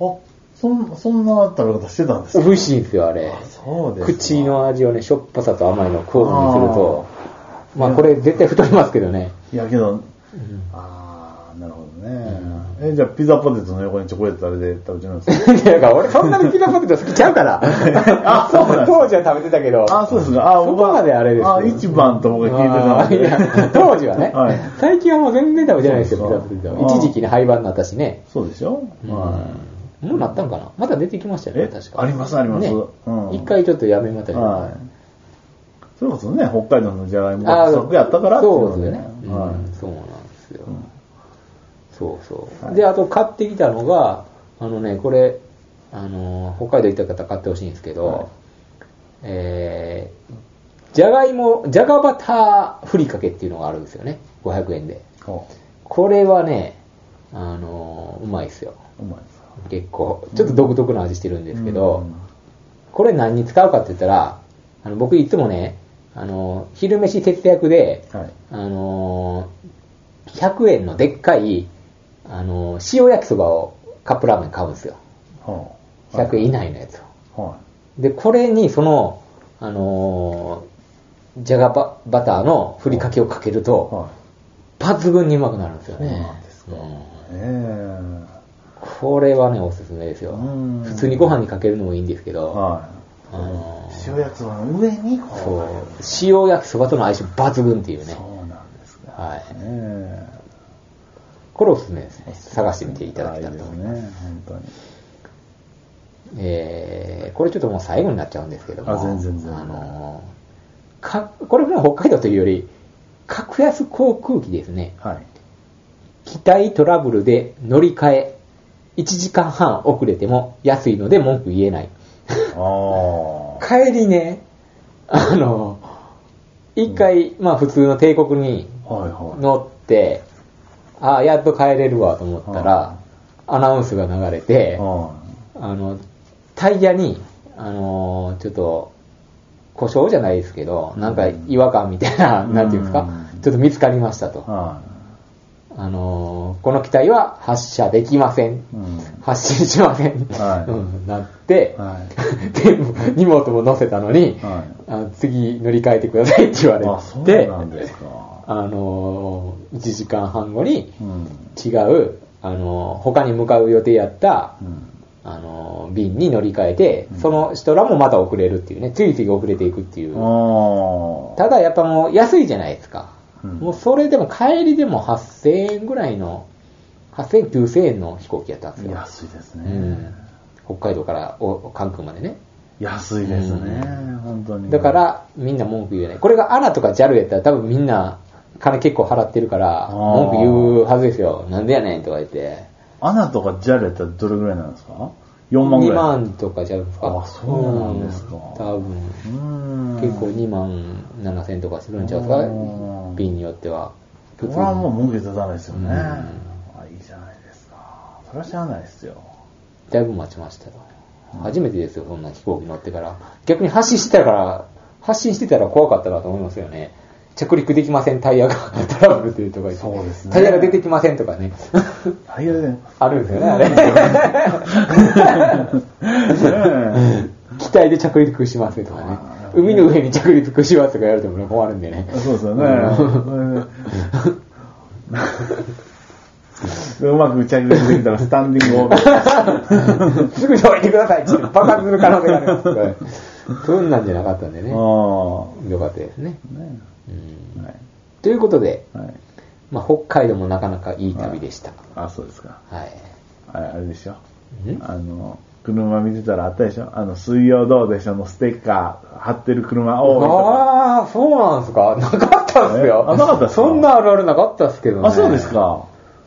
[SPEAKER 2] あ、そん、そんな食べ方してたんです
[SPEAKER 1] 美
[SPEAKER 2] か
[SPEAKER 1] 味しいんですよ、あれ。
[SPEAKER 2] そうですか
[SPEAKER 1] 口の味をね、しょっぱさと甘いのを交互にすると、まあこれ絶対太りますけどね。
[SPEAKER 2] いやけど、ああ、なるほどね、え、じゃあピザポテトの横にチョコレート食べて食べてるんですか
[SPEAKER 1] いや、だから俺そんなにピザポテト好きちゃうから。あ、そう当時は食べてたけど。
[SPEAKER 2] ああ、そうですか。あー
[SPEAKER 1] そ
[SPEAKER 2] 僕
[SPEAKER 1] こ
[SPEAKER 2] は
[SPEAKER 1] まであれですよ
[SPEAKER 2] あー一番と僕
[SPEAKER 1] あー
[SPEAKER 2] は聞
[SPEAKER 1] い
[SPEAKER 2] いてたので。
[SPEAKER 1] や当時はね、
[SPEAKER 2] はい
[SPEAKER 1] 最近はもう全然食べてないですよ、
[SPEAKER 2] そ
[SPEAKER 1] ピ
[SPEAKER 2] うで
[SPEAKER 1] ザ
[SPEAKER 2] すか
[SPEAKER 1] ポテト
[SPEAKER 2] あ
[SPEAKER 1] は。
[SPEAKER 2] ー
[SPEAKER 1] 一時期ね、廃盤になったしね。
[SPEAKER 2] そうでしょ、は
[SPEAKER 1] もうなったんかなまた出てきましたよね、
[SPEAKER 2] え
[SPEAKER 1] 確か。
[SPEAKER 2] ありますあります
[SPEAKER 1] ね
[SPEAKER 2] うん
[SPEAKER 1] 一回ちょっとやめました
[SPEAKER 2] い。
[SPEAKER 1] けど。
[SPEAKER 2] はい。それこそね、北海道のじゃがいも
[SPEAKER 1] あ
[SPEAKER 2] が不足やったからってい
[SPEAKER 1] そうう
[SPEAKER 2] の
[SPEAKER 1] で
[SPEAKER 2] です
[SPEAKER 1] ね。
[SPEAKER 2] は
[SPEAKER 1] うんそうなんですよ。そうそう、
[SPEAKER 2] はい
[SPEAKER 1] で、あと買ってきたのが、あのね、これ、あのー、北海道行った方買ってほしいんですけど、
[SPEAKER 2] はい
[SPEAKER 1] えー、じゃがいも、じゃがバターふりかけっていうのがあるんですよね。500円で。
[SPEAKER 2] い。ほ
[SPEAKER 1] これはね、あのー、うまいですよ。
[SPEAKER 2] ううまいですか
[SPEAKER 1] 結構。ちょっと独特な味してるんですけど、
[SPEAKER 2] うん
[SPEAKER 1] これ何に使うかって言ったら、あの僕いつもね、あの、昼飯節約で、
[SPEAKER 2] はい。
[SPEAKER 1] あのー、100円のでっかい、あのー、塩焼きそばをカップラーメン買うんですよ。
[SPEAKER 2] ほう
[SPEAKER 1] 100円以内のやつを。
[SPEAKER 2] は
[SPEAKER 1] で、これにその、あのー、じゃがババターのふりかけをかける
[SPEAKER 2] い。
[SPEAKER 1] と、
[SPEAKER 2] は
[SPEAKER 1] 抜群にうまくなるんですよ
[SPEAKER 2] い。
[SPEAKER 1] ね。
[SPEAKER 2] そうなんですか。
[SPEAKER 1] うん
[SPEAKER 2] え
[SPEAKER 1] これはね、おすすめですよ。
[SPEAKER 2] うん
[SPEAKER 1] 普通にご飯にかけるのもいいんですけ
[SPEAKER 2] え
[SPEAKER 1] ど、
[SPEAKER 2] はい。
[SPEAKER 1] あのー
[SPEAKER 2] 塩焼きそばの上にこう
[SPEAKER 1] そう、塩焼きそばとの相性抜群っていうね。
[SPEAKER 2] そうなんですか。
[SPEAKER 1] はい。
[SPEAKER 2] ねえ
[SPEAKER 1] これおすすめですね。探してみていただきたいと
[SPEAKER 2] です
[SPEAKER 1] 思います。
[SPEAKER 2] ね、本当に。
[SPEAKER 1] えーこれちょっともう最後になっちゃうんですけども。
[SPEAKER 2] あ全然全然
[SPEAKER 1] あのーか、これも北海道というより、格安航空機ですね。
[SPEAKER 2] はい。
[SPEAKER 1] 機体トラブルで乗り換え、1時間半遅れても安いので文句言 えない。
[SPEAKER 2] あ
[SPEAKER 1] 帰りね、あのー一回、まあ普通の帝国に
[SPEAKER 2] あ。はいはい。
[SPEAKER 1] 乗って、ああ、やっと帰れるわと思ったら、アナウンスが流れて、
[SPEAKER 2] は
[SPEAKER 1] あの、タイヤに、あのーちょっと、故障じゃないですけど、なんか違和感みたいな、
[SPEAKER 2] うん
[SPEAKER 1] なんていうんですか
[SPEAKER 2] うん、
[SPEAKER 1] ちょっと見つかりました
[SPEAKER 2] い。
[SPEAKER 1] と。
[SPEAKER 2] は
[SPEAKER 1] あのーこの機体は発射できません
[SPEAKER 2] い。。うん。
[SPEAKER 1] 発進しません。
[SPEAKER 2] はい
[SPEAKER 1] うん、なって、
[SPEAKER 2] は
[SPEAKER 1] でも荷物も乗せたのに、
[SPEAKER 2] は
[SPEAKER 1] あの次乗り換えてくださいって言われ
[SPEAKER 2] い。
[SPEAKER 1] て、
[SPEAKER 2] あ、そうなんですか。
[SPEAKER 1] あのー、1時間半後に
[SPEAKER 2] うん。
[SPEAKER 1] 違う、あのー、他に向かう予定やった
[SPEAKER 2] う、ん。
[SPEAKER 1] あの便に乗り換えて、その人らもまた遅れるっていうね、次々遅れていくっていう。
[SPEAKER 2] おー
[SPEAKER 1] ただやっぱもう安いじゃないですか。
[SPEAKER 2] うん
[SPEAKER 1] もうそれでも帰りでも8000円ぐらいの、8000、9000円の飛行機やったんですよ。
[SPEAKER 2] 安いです
[SPEAKER 1] う
[SPEAKER 2] ね。
[SPEAKER 1] ん、北海道からお関空までね。
[SPEAKER 2] 安いですね、本当に。
[SPEAKER 1] だか、らみんな文句言えない。これが ANA とか JAL やったら多分みんな金結構払ってるから、
[SPEAKER 2] あー
[SPEAKER 1] 文句言うはずですよ。なんでやねんとか言って。
[SPEAKER 2] アナとかジャルやったらどれぐらいなんですか ?4 万ぐ
[SPEAKER 1] 2
[SPEAKER 2] らい。
[SPEAKER 1] 万とかちゃうんですか
[SPEAKER 2] あそうなんですか
[SPEAKER 1] うん多分。
[SPEAKER 2] うーん。
[SPEAKER 1] 結構2万7千とかするんちゃうんです
[SPEAKER 2] う
[SPEAKER 1] か
[SPEAKER 2] ん
[SPEAKER 1] 便によっては。
[SPEAKER 2] これはもう文句立たないですよね。
[SPEAKER 1] うん
[SPEAKER 2] あ、いいじゃないですか。それは知らないですよ。
[SPEAKER 1] だいぶ待ちましたよ。初めてですよ、そんな飛行機乗ってから。逆に発信してたから、発信してたら怖かったなと思いますよね。着陸できません、タイヤがトラブルというとか言って
[SPEAKER 2] そうですね
[SPEAKER 1] タイヤが出てきませんとか ね。
[SPEAKER 2] 大 変ね。
[SPEAKER 1] あるんですよね、 あれ。
[SPEAKER 2] うん
[SPEAKER 1] 機体で着陸しますとかね
[SPEAKER 2] あ。ー
[SPEAKER 1] 海の上に着陸しますとかやるとも困るんでね。
[SPEAKER 2] そうですよね。うまく着陸できたらスタンディ ングオーベー。
[SPEAKER 1] すぐに降りてくださいって言って爆発する可能性がありますから。そんなんじゃなかったんでね。
[SPEAKER 2] あ
[SPEAKER 1] よかったですね。
[SPEAKER 2] あ。ね
[SPEAKER 1] うん
[SPEAKER 2] はい。
[SPEAKER 1] ということで、
[SPEAKER 2] はい。
[SPEAKER 1] まあ、北海道もなかなかいい旅でした。
[SPEAKER 2] あ、そうですか。
[SPEAKER 1] はい。
[SPEAKER 2] あれあれでしょ。
[SPEAKER 1] ん
[SPEAKER 2] あの、車見てたらあったでしょあの、水曜どうでしょのステッカー貼ってる車多いとか。
[SPEAKER 1] ああ、そうなんすか。なかったっすよ。
[SPEAKER 2] えあなかったっすか
[SPEAKER 1] そんなあるあるなかったっすけどね。
[SPEAKER 2] あ、そうですか。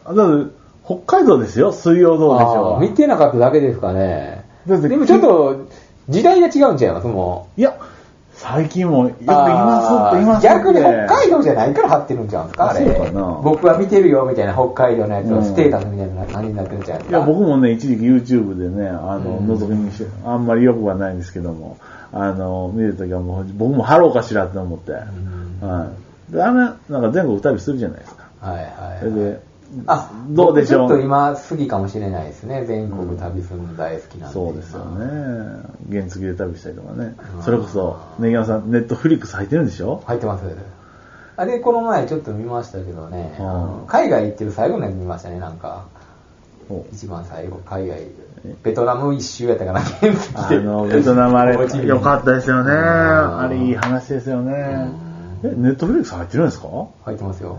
[SPEAKER 2] あだって、北海道ですよ、水曜どうでし
[SPEAKER 1] あ
[SPEAKER 2] ょ
[SPEAKER 1] ー。見てなかっただけですかね。
[SPEAKER 2] だって
[SPEAKER 1] でもちょっと、時代が違うんちゃいますも
[SPEAKER 2] いや、最近もよく
[SPEAKER 1] う。
[SPEAKER 2] いますって言いますって。
[SPEAKER 1] 逆に北海道じゃないから貼ってるんちゃうんすかあれ。
[SPEAKER 2] そうかな
[SPEAKER 1] 僕は見てるよみたいな北海道のやつ
[SPEAKER 2] う
[SPEAKER 1] を
[SPEAKER 2] ん
[SPEAKER 1] ステータスみたいな感じになってるんちゃうんす
[SPEAKER 2] い
[SPEAKER 1] か
[SPEAKER 2] や、僕もね、一時期 YouTube でね、あの、
[SPEAKER 1] うん
[SPEAKER 2] 覗き見して、あんまり良くはないんですけども、あの、見るときはもう、僕も貼ろうかしらって思って、
[SPEAKER 1] ん
[SPEAKER 2] はい。で、あれ、なんか全国旅するじゃないですか。
[SPEAKER 1] はいはい
[SPEAKER 2] それ
[SPEAKER 1] はい。
[SPEAKER 2] で、
[SPEAKER 1] あ、
[SPEAKER 2] どうでしょう
[SPEAKER 1] 僕ちょっと今、過ぎかもしれないですね。全国旅するの大好きなんで。
[SPEAKER 2] そうですよね。原付で旅したりとかね
[SPEAKER 1] う。ん
[SPEAKER 2] それこそ、ネギさん、ネットフリックス入ってるんでしょ
[SPEAKER 1] 入ってます。あれ、この前ちょっと見ましたけどね、
[SPEAKER 2] うん
[SPEAKER 1] あの海外行ってる最後のやつ見ましたね、なんか。
[SPEAKER 2] お
[SPEAKER 1] 一番最後、海外。ベトナム一周やったかな、原付
[SPEAKER 2] あ
[SPEAKER 1] で
[SPEAKER 2] の、ベトナムあ れ、
[SPEAKER 1] お家に
[SPEAKER 2] よかったですよね。
[SPEAKER 1] うん
[SPEAKER 2] あれ、いい話ですよね。え、
[SPEAKER 1] うん
[SPEAKER 2] ネットフリックス入ってるんですか
[SPEAKER 1] 入ってますよ。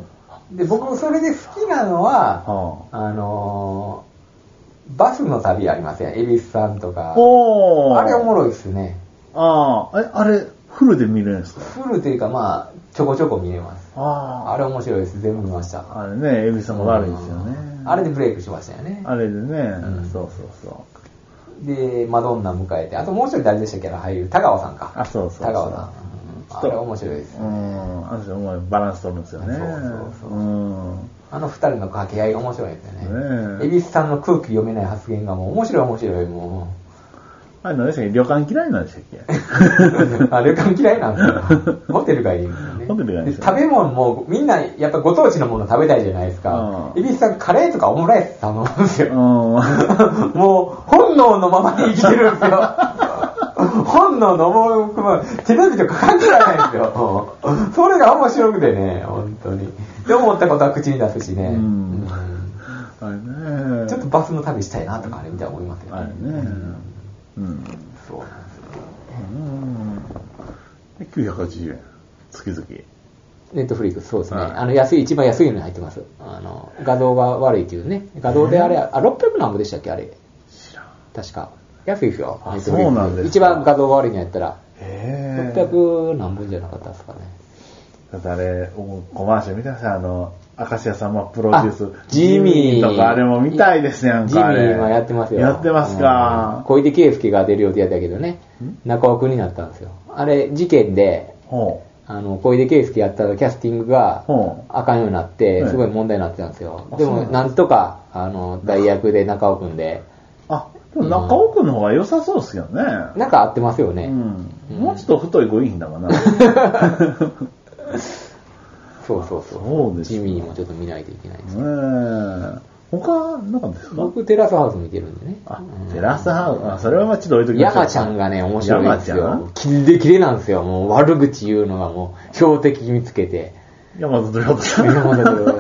[SPEAKER 1] で、僕、それで好きなのは、
[SPEAKER 2] は
[SPEAKER 1] あのーバスの旅ありません、恵比寿さんと
[SPEAKER 2] あ
[SPEAKER 1] か。
[SPEAKER 2] おー。
[SPEAKER 1] あれおもろいですね。
[SPEAKER 2] ああ、え、あれ、フルで見れるんですか
[SPEAKER 1] フルというか、まあ、ちょこちょこ見れます。あ
[SPEAKER 2] あ
[SPEAKER 1] れ面白いです、全部見ました。
[SPEAKER 2] あ。あれね、エビさんが悪いですよね
[SPEAKER 1] う。んあれでブレイクしましたよね。
[SPEAKER 2] あれでね、
[SPEAKER 1] ん
[SPEAKER 2] そうそうそう。
[SPEAKER 1] で、マドンナ迎えて、あともう一人誰でしたっけな、俳優、田川さんか。
[SPEAKER 2] あそうそうそう
[SPEAKER 1] 田川さん。うんあれ面白いです
[SPEAKER 2] う。ん、あの人うまいバランス取るんですよね。
[SPEAKER 1] そうそうそう
[SPEAKER 2] うん。
[SPEAKER 1] あの二人の掛け合いが面白いですよね。
[SPEAKER 2] ねえ
[SPEAKER 1] 恵比寿さんの空気読めない発言がもう面白い面白い、も
[SPEAKER 2] あれ何でしたっけ旅館嫌いなんでしたっけ
[SPEAKER 1] う。 あ、旅館嫌いなん ですよ。ホテルがいいんですよね。
[SPEAKER 2] ホテルがいいんですよ
[SPEAKER 1] 食べ物も、みんなやっぱご当地のもの食べたいじゃないですか。
[SPEAKER 2] うん
[SPEAKER 1] 恵比寿さんカレーとかオムライス頼むんですよ。
[SPEAKER 2] うん。
[SPEAKER 1] もう、本能のままで生きてるん ですよ。本能の赴くまま、手のびと関係ないんです よ。それが面白くてね、本当に。で、思ったことは口に出すしね。
[SPEAKER 2] う
[SPEAKER 1] うん
[SPEAKER 2] んあれね。
[SPEAKER 1] ちょっとバスの旅したいなとか、あれ見たら思いますよ
[SPEAKER 2] あれ
[SPEAKER 1] ね。
[SPEAKER 2] ね。うん。
[SPEAKER 1] そうなんですよ。
[SPEAKER 2] うん。で980円。月々。
[SPEAKER 1] ネットフリックス、そうですね。
[SPEAKER 2] はい
[SPEAKER 1] あの、安い、一番安いのに入ってます。あの、画像が悪いっていうね。画像であれ、あ、600何本でしたっけあれ。
[SPEAKER 2] 知らん。
[SPEAKER 1] 確か。安いですよ。
[SPEAKER 2] あ
[SPEAKER 1] Netflix
[SPEAKER 2] そうなんですか
[SPEAKER 1] 一番画像が悪いのやったら、
[SPEAKER 2] へえ。
[SPEAKER 1] 600何本じゃなかったですかね。
[SPEAKER 2] だってあれ、僕コマーシャル見たんですよ。あの、明石家さんまプロデュー
[SPEAKER 1] あ
[SPEAKER 2] ス。
[SPEAKER 1] ジミー
[SPEAKER 2] とかあれも見たいですやん
[SPEAKER 1] ジミ
[SPEAKER 2] か。あれ
[SPEAKER 1] ーはやってますよ。
[SPEAKER 2] やってま
[SPEAKER 1] う
[SPEAKER 2] す
[SPEAKER 1] ん
[SPEAKER 2] か。
[SPEAKER 1] 小出圭介が出る予定やったけどね、中尾くんになったんですよ。あれ、事件で、
[SPEAKER 2] ほ
[SPEAKER 1] あの、小出圭介やったキャスティングが
[SPEAKER 2] ほ、
[SPEAKER 1] あかんようになっ
[SPEAKER 2] う
[SPEAKER 1] て、
[SPEAKER 2] ん
[SPEAKER 1] すごい問題になってたんですよ。
[SPEAKER 2] あ
[SPEAKER 1] で
[SPEAKER 2] そう
[SPEAKER 1] も
[SPEAKER 2] な、んだ
[SPEAKER 1] なんとか、あの、代役で中尾くんで、
[SPEAKER 2] う。あ、でも中尾くんの方が良さそうですけどね。
[SPEAKER 1] なんか合ってますよ
[SPEAKER 2] う
[SPEAKER 1] ね。
[SPEAKER 2] ん。もうちょっと太いごいんだかな。
[SPEAKER 1] そうそうそう。
[SPEAKER 2] そうです
[SPEAKER 1] ジ
[SPEAKER 2] か
[SPEAKER 1] ミーもちょっと見ないといけないです。
[SPEAKER 2] ねえ。他、なかったですか
[SPEAKER 1] 僕、テラスハウス見てるんでね。
[SPEAKER 2] あ、テラスハウス、あ、それはまあちょっと置いときましょう。
[SPEAKER 1] 山ちゃんがね、面白いんですよ
[SPEAKER 2] 山。
[SPEAKER 1] キレキレなんですよ。もう悪口言うのがもう、標的見つけ て。
[SPEAKER 2] ちゃん。山里亮太さ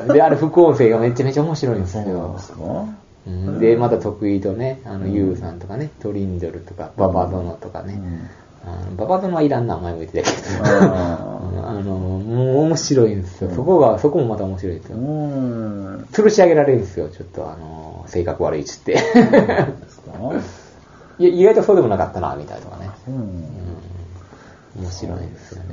[SPEAKER 2] ん。
[SPEAKER 1] で、あれ副音声がめちゃめちゃ面白いんです
[SPEAKER 2] そうなん
[SPEAKER 1] よ
[SPEAKER 2] で。すか
[SPEAKER 1] うんで、また得意とね、あの、ユウさんとかね、トリンドルとか、ババゾノとか
[SPEAKER 2] う
[SPEAKER 1] ね。
[SPEAKER 2] ん
[SPEAKER 1] あのババゾノはいらん名前も言ってたけど。
[SPEAKER 2] あ
[SPEAKER 1] あの、もう面白いんですよ。そこが、そこもまた面白いです
[SPEAKER 2] ー
[SPEAKER 1] よ。
[SPEAKER 2] うん。
[SPEAKER 1] 吊るし上げられるんですよ。ちょっと、あの、性格悪いっつっ て。
[SPEAKER 2] ですか
[SPEAKER 1] いや、意外とそうでもなかったな、みたいなとかね。
[SPEAKER 2] うん。
[SPEAKER 1] うん。面白いですよね。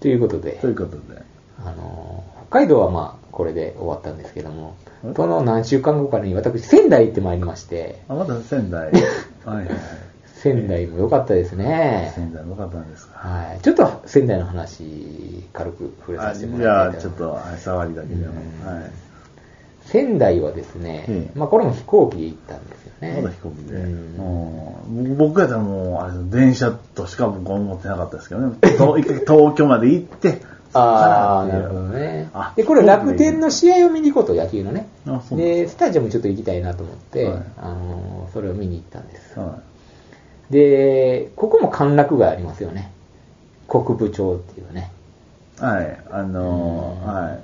[SPEAKER 1] ということで
[SPEAKER 2] とい、うことで。
[SPEAKER 1] あの、北海道はまあ、これで終わったんですけども
[SPEAKER 2] うん、
[SPEAKER 1] その何週間後かに私、仙台行ってまいりまして、
[SPEAKER 2] あ、また仙台。 はいはい。
[SPEAKER 1] 仙台も良かったですね。
[SPEAKER 2] 仙台良かったんですか。
[SPEAKER 1] はい。ちょっと仙台の話、軽く触れ
[SPEAKER 2] あ
[SPEAKER 1] させ
[SPEAKER 2] じ
[SPEAKER 1] ても
[SPEAKER 2] ゃ
[SPEAKER 1] らい
[SPEAKER 2] あ、
[SPEAKER 1] たい
[SPEAKER 2] ち
[SPEAKER 1] と
[SPEAKER 2] ょっ
[SPEAKER 1] 思います。
[SPEAKER 2] と、はい触りだけでも。
[SPEAKER 1] うん
[SPEAKER 2] はい。
[SPEAKER 1] 仙台はですね、
[SPEAKER 2] ええ
[SPEAKER 1] まあこれも飛行機で行ったんですよね。
[SPEAKER 2] まだ飛行機で。
[SPEAKER 1] うん
[SPEAKER 2] うん僕やったらもう、あれ、電車としか僕は思ってなかったですけどね。と一回東京まで行って、
[SPEAKER 1] ああ、なるほ
[SPEAKER 2] そ
[SPEAKER 1] ど
[SPEAKER 2] っからっていう
[SPEAKER 1] ね
[SPEAKER 2] あ。
[SPEAKER 1] で、これ楽天の試合を見に行こうと、野球のね。
[SPEAKER 2] あ、そうなんで
[SPEAKER 1] で、スタジアムちょっと行きたいなと思って、
[SPEAKER 2] はい
[SPEAKER 1] あのーそれを見に行ったんです
[SPEAKER 2] す。か。はい
[SPEAKER 1] で、ここも歓楽街ありますよね。国部町っていうね。
[SPEAKER 2] はい、あの
[SPEAKER 1] う
[SPEAKER 2] ー
[SPEAKER 1] ん
[SPEAKER 2] はい。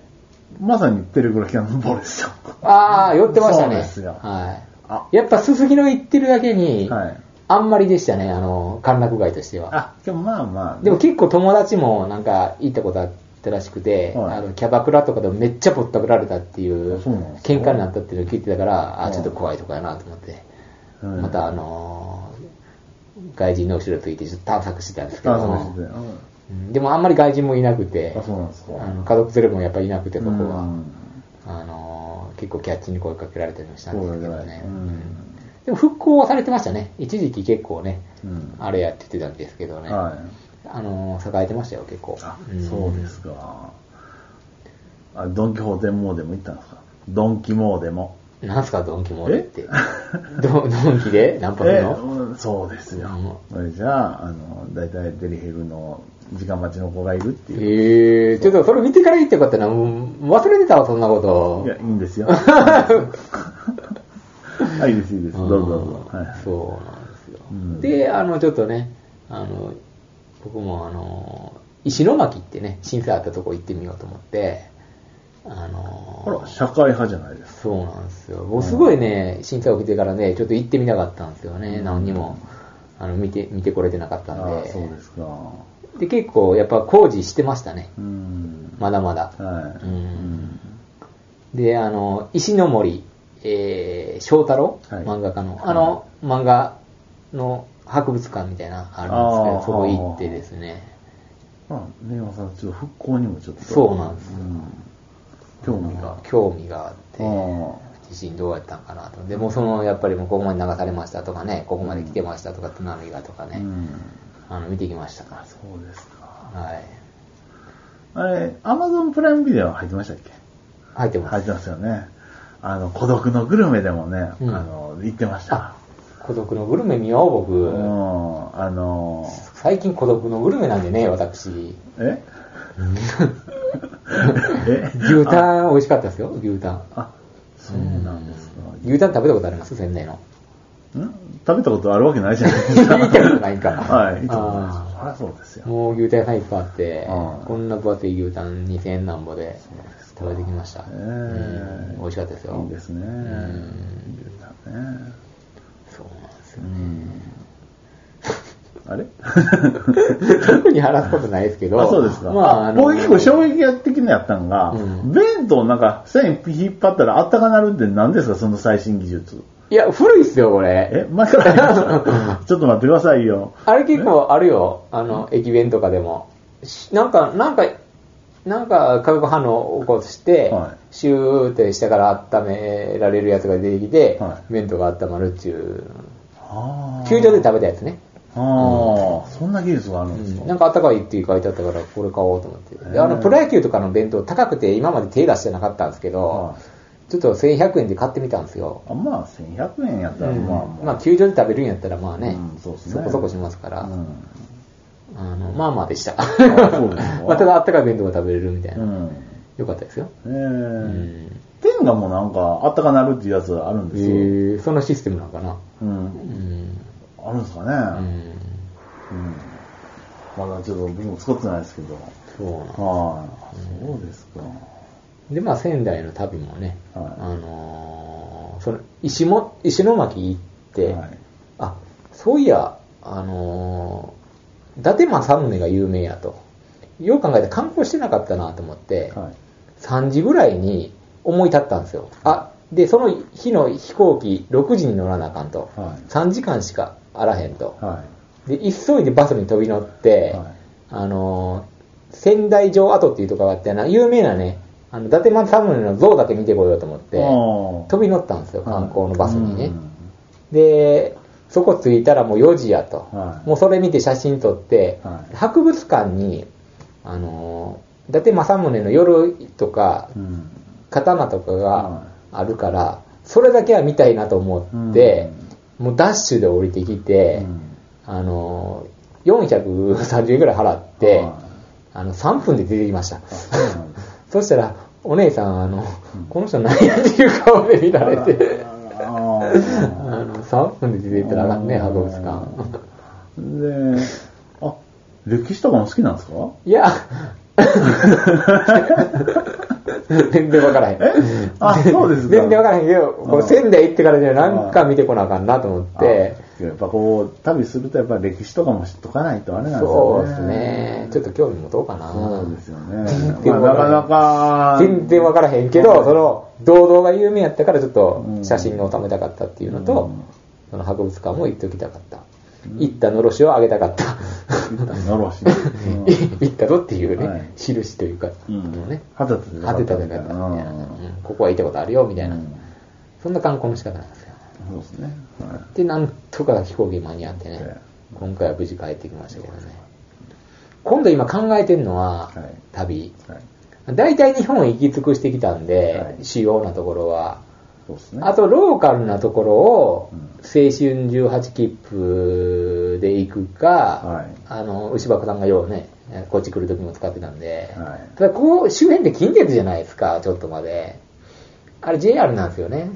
[SPEAKER 2] まさにテレグラキャノンボールです よ。
[SPEAKER 1] ああ、寄ってましたね。
[SPEAKER 2] そうですよ
[SPEAKER 1] は
[SPEAKER 2] あ、
[SPEAKER 1] い。やっぱすすきの行ってるだけに、
[SPEAKER 2] はい。
[SPEAKER 1] あんまりでしたね、あの、歓楽街としては。
[SPEAKER 2] あ、でもまあまあ。
[SPEAKER 1] でも結構友達もなんか行ったことあったらしくて、
[SPEAKER 2] はい
[SPEAKER 1] あのキャバクラとかでもめっちゃぼったくられたっていう、
[SPEAKER 2] あそうなんですか
[SPEAKER 1] 喧嘩になったっていうのを聞いてたから、
[SPEAKER 2] う
[SPEAKER 1] あ、
[SPEAKER 2] ん
[SPEAKER 1] ちょっと怖いとこやなと思って、
[SPEAKER 2] うん
[SPEAKER 1] またあのー外人の後ろついてちょっと探索してたんですけど
[SPEAKER 2] あ、そうなんですね
[SPEAKER 1] うんでもあんまり外人もいなくて
[SPEAKER 2] うん、あ、そうなんですか。
[SPEAKER 1] あの家族連れもやっぱりいなくて、そこ
[SPEAKER 2] う
[SPEAKER 1] は、
[SPEAKER 2] ん
[SPEAKER 1] あのー結構キャッチに声かけられたりもしたん
[SPEAKER 2] そう
[SPEAKER 1] で
[SPEAKER 2] だ
[SPEAKER 1] すけ
[SPEAKER 2] よ
[SPEAKER 1] ど
[SPEAKER 2] ね
[SPEAKER 1] ね。。
[SPEAKER 2] う
[SPEAKER 1] うん
[SPEAKER 2] ん。
[SPEAKER 1] でも復興はされてましたね。一時期結構ね、
[SPEAKER 2] うん。
[SPEAKER 1] あれやって言ってたんですけどね。
[SPEAKER 2] はい。
[SPEAKER 1] あのー栄えてましたよ、結構。
[SPEAKER 2] あ
[SPEAKER 1] ん、
[SPEAKER 2] そうですか。あ、ドンキホーテモーデも行ったんですかドンキモーデも。
[SPEAKER 1] なんすか、ドンキモール って。ドンドンキでナンパす
[SPEAKER 2] え
[SPEAKER 1] るの
[SPEAKER 2] うんそうですよ。それじゃあ、あの、大体デリヘルの時間待ちの子がいるってい
[SPEAKER 1] へ
[SPEAKER 2] う。
[SPEAKER 1] えー、ちょっとそれ見てから言ってよかったな。うん忘れてたわ、そんなこ
[SPEAKER 2] い
[SPEAKER 1] と
[SPEAKER 2] や、。いいんですよ。 はい、いいです、いいです。どうぞどうぞ。
[SPEAKER 1] うん
[SPEAKER 2] はいはい。
[SPEAKER 1] そうなんですよ。
[SPEAKER 2] うん
[SPEAKER 1] で、あの、ちょっとね、あの、僕もあの、石巻ってね、審査あったとこ行ってみようと思って、あの、
[SPEAKER 2] あら、社会派じゃないですか。
[SPEAKER 1] そうなんですよ。もうすごいね、審査を受けてからね、ちょっと行ってみたかったんですよね。何にも、あの、見て、見てこれてなかった
[SPEAKER 2] あ
[SPEAKER 1] んで。
[SPEAKER 2] そうですか。
[SPEAKER 1] で、結構やっぱ工事してましたね。
[SPEAKER 2] うん。
[SPEAKER 1] まだまだ。
[SPEAKER 2] は
[SPEAKER 1] う
[SPEAKER 2] い。
[SPEAKER 1] ん
[SPEAKER 2] うん
[SPEAKER 1] で、あの、石の森、えー、翔太郎、
[SPEAKER 2] はい
[SPEAKER 1] 漫画家の、
[SPEAKER 2] はい
[SPEAKER 1] あの、漫画の博物館みたいな、あるんですけど、
[SPEAKER 2] あー
[SPEAKER 1] そこ行ってですね。
[SPEAKER 2] まあ、根山さん、ちょっと復興にもちょっと。
[SPEAKER 1] そうなんですよ
[SPEAKER 2] ん興味が。
[SPEAKER 1] 興味があって、
[SPEAKER 2] あ
[SPEAKER 1] 地震どうやったんかなと。でもうその、やっぱりもうここまで流されましたとかね、ここまで来てましたとか、津波がとか
[SPEAKER 2] あ。う
[SPEAKER 1] ね、
[SPEAKER 2] ん。
[SPEAKER 1] あの、見てきましたか
[SPEAKER 2] あ、そうです
[SPEAKER 1] ら。
[SPEAKER 2] か。
[SPEAKER 1] はい。
[SPEAKER 2] あれ、アマゾンプライムビデオ入ってましたっけ
[SPEAKER 1] 入ってます。
[SPEAKER 2] 入ってますよね。あの、孤独のグルメでもね、
[SPEAKER 1] うん
[SPEAKER 2] あの、行ってました
[SPEAKER 1] あ。孤独のグルメ見よう、
[SPEAKER 2] う
[SPEAKER 1] 僕。
[SPEAKER 2] ん。あの、
[SPEAKER 1] 最近孤独のグルメなんでね、私。
[SPEAKER 2] え え
[SPEAKER 1] 牛タン美味しかったですよ、牛タン。
[SPEAKER 2] あ、そうなんですか。
[SPEAKER 1] 牛タン食べたことあります仙台 の。
[SPEAKER 2] ん食べたことあるわけないじゃないです か。
[SPEAKER 1] 見たことないか
[SPEAKER 2] はい、見たことないです。
[SPEAKER 1] あ
[SPEAKER 2] そりゃそうですよ。
[SPEAKER 1] もう牛タン屋さんいっぱいあって
[SPEAKER 2] うん、
[SPEAKER 1] こんな分厚い牛タン2000円なんぼで食べてきました。
[SPEAKER 2] え
[SPEAKER 1] うん美味しかったですよ。
[SPEAKER 2] いいですね。
[SPEAKER 1] ん
[SPEAKER 2] 言うた
[SPEAKER 1] そう
[SPEAKER 2] ね。
[SPEAKER 1] なんです
[SPEAKER 2] う
[SPEAKER 1] よ。
[SPEAKER 2] ん。あれ
[SPEAKER 1] 特に話すことないですけど。
[SPEAKER 2] あ、そうですか。
[SPEAKER 1] まあ、あの
[SPEAKER 2] 僕結構衝撃的なやったんが、
[SPEAKER 1] うん
[SPEAKER 2] 弁当なんか線引っ張ったらあったかなるって何ですか、その最新技術。
[SPEAKER 1] いや、古いっすよ、これ。
[SPEAKER 2] え前からありま したちょっと待ってくださいよ。
[SPEAKER 1] あれ結構あるよ。あの、駅弁とかでも。しなんか、なんか、なんか化学反応を起こして
[SPEAKER 2] は、
[SPEAKER 1] シューって下から温められるやつが出てきて
[SPEAKER 2] は、
[SPEAKER 1] 弁当が温まるっていう。
[SPEAKER 2] あー
[SPEAKER 1] 球場で食べたやつね。
[SPEAKER 2] あーそんな技術があるんですか。
[SPEAKER 1] なんかあったかいって書いてあったから、これ買おうと思って。であ
[SPEAKER 2] へ
[SPEAKER 1] の、
[SPEAKER 2] ー
[SPEAKER 1] プロ野球とかの弁当高くて今まで手出してなかったんですけど
[SPEAKER 2] は、
[SPEAKER 1] ちょっと1100円で買ってみたんですよ。
[SPEAKER 2] あまあ、1100円やった
[SPEAKER 1] う
[SPEAKER 2] ら、
[SPEAKER 1] ん
[SPEAKER 2] まあ、まあ、
[SPEAKER 1] まあ、球場で食べるんやったらまあね
[SPEAKER 2] うん、そうですね
[SPEAKER 1] そこそこしますから、
[SPEAKER 2] うん。
[SPEAKER 1] あの、まあまあでした。
[SPEAKER 2] そうですか
[SPEAKER 1] まあ、ただあったかい弁当が食べれるみたいうな。
[SPEAKER 2] ん。
[SPEAKER 1] よかったですよ。
[SPEAKER 2] え
[SPEAKER 1] う
[SPEAKER 2] ー、
[SPEAKER 1] ん。
[SPEAKER 2] 天がもうなんか、あったかなるっていうやつあるん
[SPEAKER 1] え
[SPEAKER 2] ですよ。
[SPEAKER 1] ーそのシステムなんかな。
[SPEAKER 2] うん
[SPEAKER 1] う。ん。
[SPEAKER 2] あるんですか
[SPEAKER 1] う
[SPEAKER 2] ね。
[SPEAKER 1] ん。
[SPEAKER 2] うん。まだちょっと僕も作ってないですけど。はい、
[SPEAKER 1] そうな。
[SPEAKER 2] そうですか。
[SPEAKER 1] で、まあ仙台の旅もね、
[SPEAKER 2] はい
[SPEAKER 1] あのーその石も、石巻行って、
[SPEAKER 2] はい
[SPEAKER 1] あ、そういや、あのー伊達政宗が有名やと。よう考えて観光してなかったなと思って、
[SPEAKER 2] はい
[SPEAKER 1] 3時ぐらいに思い立ったんですよ。あ、で、その日の飛行機6時に乗らなあかんと。
[SPEAKER 2] はい
[SPEAKER 1] 3時間しかあらへんと。
[SPEAKER 2] は
[SPEAKER 1] で、急いでバスに飛び乗っ
[SPEAKER 2] い
[SPEAKER 1] て、
[SPEAKER 2] はい
[SPEAKER 1] あのー仙台城跡っていうとこがあってな、有名なね、あの、伊達政宗の像だけ見てこようと思って、
[SPEAKER 2] おー
[SPEAKER 1] 飛び乗ったんですよ、観光のバスにね。
[SPEAKER 2] うん
[SPEAKER 1] で、そこ着いたらもう4時やと。
[SPEAKER 2] はい
[SPEAKER 1] もうそれ見て写真撮って、
[SPEAKER 2] はい
[SPEAKER 1] 博物館に、あのー伊達政宗の鎧とか、
[SPEAKER 2] うん
[SPEAKER 1] 刀とか
[SPEAKER 2] は
[SPEAKER 1] があるから、それだけは見たいなと思って、もうダッシュで降りてき
[SPEAKER 2] い
[SPEAKER 1] て、
[SPEAKER 2] うん
[SPEAKER 1] あのー、430円ぐらい払って、
[SPEAKER 2] は
[SPEAKER 1] あの、3分で出てきました。
[SPEAKER 2] いあそうなんです
[SPEAKER 1] そしたら、お姉さん、あの、
[SPEAKER 2] うん
[SPEAKER 1] この人何やっていう顔で見られて、
[SPEAKER 2] あー
[SPEAKER 1] あの、3分で出てったらあかんね、
[SPEAKER 2] あー
[SPEAKER 1] 博物館。
[SPEAKER 2] で、あ、歴史とかも好きなんですか
[SPEAKER 1] いや、全然わからへん。
[SPEAKER 2] あ、そうですか。
[SPEAKER 1] 全然わからへんけど、こ
[SPEAKER 2] う
[SPEAKER 1] れ
[SPEAKER 2] ん
[SPEAKER 1] 仙台行ってからじゃなんか見てこなあかんなと思って、
[SPEAKER 2] あやっぱこう、旅するとやっぱ歴史とかも知っとかないとあれなんです
[SPEAKER 1] そ
[SPEAKER 2] よ
[SPEAKER 1] う
[SPEAKER 2] ね。
[SPEAKER 1] ですね。ちょっと興味持とうかな。
[SPEAKER 2] そうですよ
[SPEAKER 1] 全
[SPEAKER 2] ね。
[SPEAKER 1] 然
[SPEAKER 2] ま
[SPEAKER 1] わ
[SPEAKER 2] あ、
[SPEAKER 1] か
[SPEAKER 2] な
[SPEAKER 1] ら
[SPEAKER 2] かなか、
[SPEAKER 1] 全然わからへんけ
[SPEAKER 2] は
[SPEAKER 1] ど、
[SPEAKER 2] い
[SPEAKER 1] その、堂々が有名やったから、ちょっと
[SPEAKER 2] うん
[SPEAKER 1] 写真を収めたかったっていうの
[SPEAKER 2] う
[SPEAKER 1] と
[SPEAKER 2] ん、
[SPEAKER 1] その博物館も行っておきたかった。行ったのろしをあげたかった。
[SPEAKER 2] のろしね。うん
[SPEAKER 1] 行ったぞっていう
[SPEAKER 2] はい
[SPEAKER 1] ね、印というか、
[SPEAKER 2] うん
[SPEAKER 1] ね、
[SPEAKER 2] 肌立て
[SPEAKER 1] 派手たかったみたいな。うんここは行ったことあるよ、みたいな。そんな観光の仕方なんですよ。
[SPEAKER 2] そうですね。はい
[SPEAKER 1] で、なんとか飛行機間に合ってね
[SPEAKER 2] え、
[SPEAKER 1] 今回は無事帰ってきましたけどね。今度今考えてるのは
[SPEAKER 2] はい、
[SPEAKER 1] 旅。
[SPEAKER 2] はい。
[SPEAKER 1] 大体日本を行き尽くしてきたん
[SPEAKER 2] は
[SPEAKER 1] で、
[SPEAKER 2] い
[SPEAKER 1] 主要なところは。
[SPEAKER 2] そうですね。
[SPEAKER 1] あと、ローカルなところを、
[SPEAKER 2] う
[SPEAKER 1] 青
[SPEAKER 2] ん
[SPEAKER 1] 春18切符で行くか
[SPEAKER 2] はい、
[SPEAKER 1] あの、牛箱さんがようね、こっち来る時も使ってたんで、
[SPEAKER 2] はい
[SPEAKER 1] ただ、ここ周辺で近鉄じゃないですか、ちょっとまで。あれ JR なんですよね。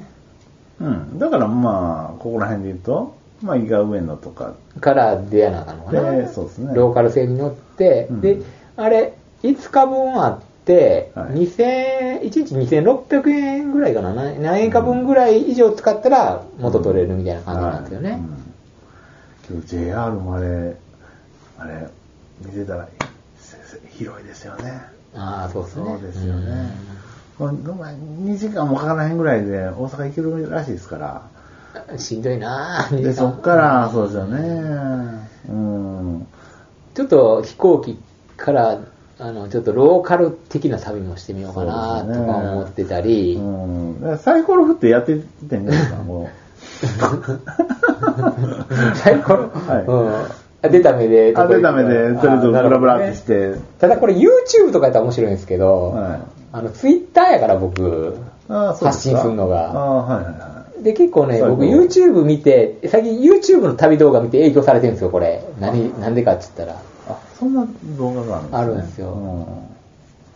[SPEAKER 2] うん。だからまあ、ここら辺で言うと、まあ、伊賀上野とか、
[SPEAKER 1] から出やなあかんのかな。
[SPEAKER 2] でそうですね
[SPEAKER 1] ローカル線に乗って、
[SPEAKER 2] うん
[SPEAKER 1] で、あれ、5日分あって、
[SPEAKER 2] はい
[SPEAKER 1] 2000、1日2600円ぐらいかな。何何円か分ぐらい以上使ったら元取れるみたいな感じなんですよね。
[SPEAKER 2] はいうんけど JR もあれ、あれ、見てたら、せせ広いですよね。
[SPEAKER 1] ああ、そうですね。
[SPEAKER 2] そうですよね。これどんな2時間もかからへんぐらいで大阪行けるらしいですから。
[SPEAKER 1] うん。しんどいなあ
[SPEAKER 2] で、そっから、そうですよね。うん。
[SPEAKER 1] ちょっと飛行機から、あの、ちょっとローカル的な旅もしてみようかなとか
[SPEAKER 2] そうですね
[SPEAKER 1] 思ってたり、
[SPEAKER 2] うん。だからサイコロ振ってやってってんじゃないです か、も
[SPEAKER 1] 最後、
[SPEAKER 2] はい
[SPEAKER 1] うんあ。出た目で。。
[SPEAKER 2] う。あ、出た目で、それぞれブラブラってしてて。
[SPEAKER 1] ただこれ YouTube とかやったら面白いんですけど、
[SPEAKER 2] はい。
[SPEAKER 1] あの、Twitter やから僕、
[SPEAKER 2] あそうでか
[SPEAKER 1] 発信するのが
[SPEAKER 2] あはいはいは
[SPEAKER 1] で、結構ね、
[SPEAKER 2] そう
[SPEAKER 1] 僕 YouTube 見て、最近 YouTube の旅動画見て影響されてるんですよ、これ。何、なんでかって言ったら。
[SPEAKER 2] い。あ、そんな動画があるんですね。
[SPEAKER 1] あるん
[SPEAKER 2] うん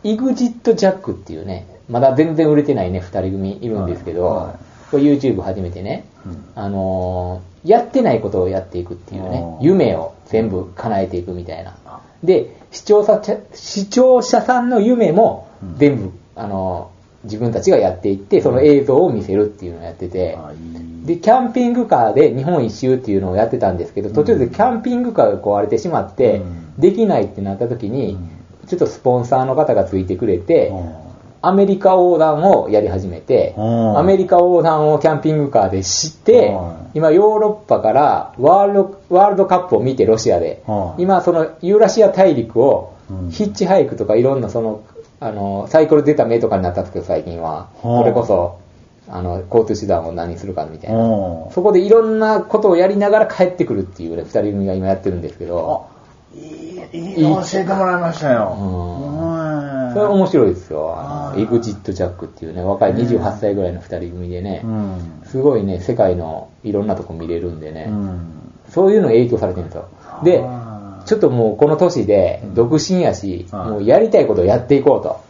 [SPEAKER 1] EXIT ジャックっていうね、まだ全然売れてないね、二人組いるんですけど、
[SPEAKER 2] はいはい
[SPEAKER 1] これ YouTube 始めてね、
[SPEAKER 2] うん
[SPEAKER 1] あのーやってないことをやっていくっていうね
[SPEAKER 2] お、ー
[SPEAKER 1] 夢を全部叶えていくみたいな
[SPEAKER 2] あ。
[SPEAKER 1] で、視聴者、視聴者さんの夢も
[SPEAKER 2] うん
[SPEAKER 1] 全部、あのー自分たちがやっていって、その映像を見せるっていうのをやってて、
[SPEAKER 2] あいい
[SPEAKER 1] で、キャンピングカーで日本一周っていうのをやってたんですけど、途中でキャンピングカーが壊れてしまって、
[SPEAKER 2] うん
[SPEAKER 1] できないってなった時に、ちょっとスポンサーの方がついてくれて、
[SPEAKER 2] う
[SPEAKER 1] アメリカ横断をやり始めて、
[SPEAKER 2] うん
[SPEAKER 1] アメリカ横断をキャンピングカーでして
[SPEAKER 2] うん、
[SPEAKER 1] 今ヨーロッパからワールドワールドカップを見てロシアで
[SPEAKER 2] うん、
[SPEAKER 1] 今そのユーラシア大陸を
[SPEAKER 2] うん
[SPEAKER 1] ヒッチハイクとかいろんなその、あの、サイコロ出た目とかになったんですけど最近は、
[SPEAKER 2] うん
[SPEAKER 1] それこそ、あの、交通手段を何するかみたいな。
[SPEAKER 2] ん
[SPEAKER 1] そこでいろんなことをやりながら帰ってくるっていうね二人組が今やってるんですけど、
[SPEAKER 2] いい、いいの教えてもらいましたよ。
[SPEAKER 1] うん
[SPEAKER 2] うん
[SPEAKER 1] それ面白いですよ。あ
[SPEAKER 2] あ
[SPEAKER 1] の、
[SPEAKER 2] ー
[SPEAKER 1] エグジットジャックっていうね、若い28歳ぐらいの二人組でね
[SPEAKER 2] う、ん。
[SPEAKER 1] すごいね、世界のいろんなとこ見れるんで
[SPEAKER 2] う
[SPEAKER 1] ね、
[SPEAKER 2] ん。
[SPEAKER 1] そういうの影響されてるんですよ。で、
[SPEAKER 2] あー
[SPEAKER 1] ちょっともうこの年で独身やし、
[SPEAKER 2] うん
[SPEAKER 1] もうやりたいことをやっていこうと。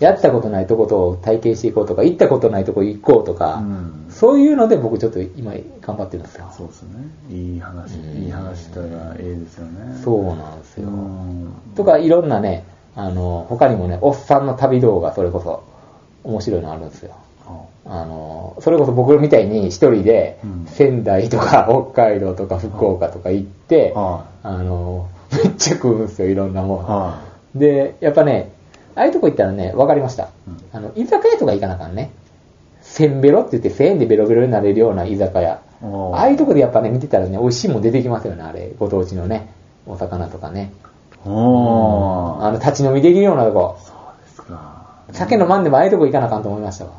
[SPEAKER 1] やったことないとことを体験していこうとか、行ったことないとこ行こうとか
[SPEAKER 2] う、ん。
[SPEAKER 1] そういうので僕ちょっと今頑張ってるんですよ。
[SPEAKER 2] そうですね。いい話、
[SPEAKER 1] うん
[SPEAKER 2] いい話したらええですよね。
[SPEAKER 1] そうなんですよ。
[SPEAKER 2] うん
[SPEAKER 1] とか、いろんなね、あの、他にもね、おっさんの旅動画、それこそ、面白いのあるんですよ。あの、それこそ僕みたいに一人で
[SPEAKER 2] うん
[SPEAKER 1] 仙台とか 北海道とか福岡とか行って、
[SPEAKER 2] は
[SPEAKER 1] あの、めっちゃ食うんですよ、いろんなもん。
[SPEAKER 2] は
[SPEAKER 1] で、やっぱね、ああいうとこ行ったらね、分かりました。
[SPEAKER 2] うん
[SPEAKER 1] あの、居酒屋とか行かなあかんね。せんべろって言って1000円でベロベロになれるような居酒屋。
[SPEAKER 2] おー
[SPEAKER 1] ああいうとこでやっぱね、見てたらね、美味しいもん出てきますよね、あれ。ご当地のね、お魚とかね。
[SPEAKER 2] お
[SPEAKER 1] あ
[SPEAKER 2] ー。
[SPEAKER 1] の、立ち飲みできるようなとこ。
[SPEAKER 2] そうですか。
[SPEAKER 1] 酒飲まんでもああいうとこ行かなあかんと思いましたわ。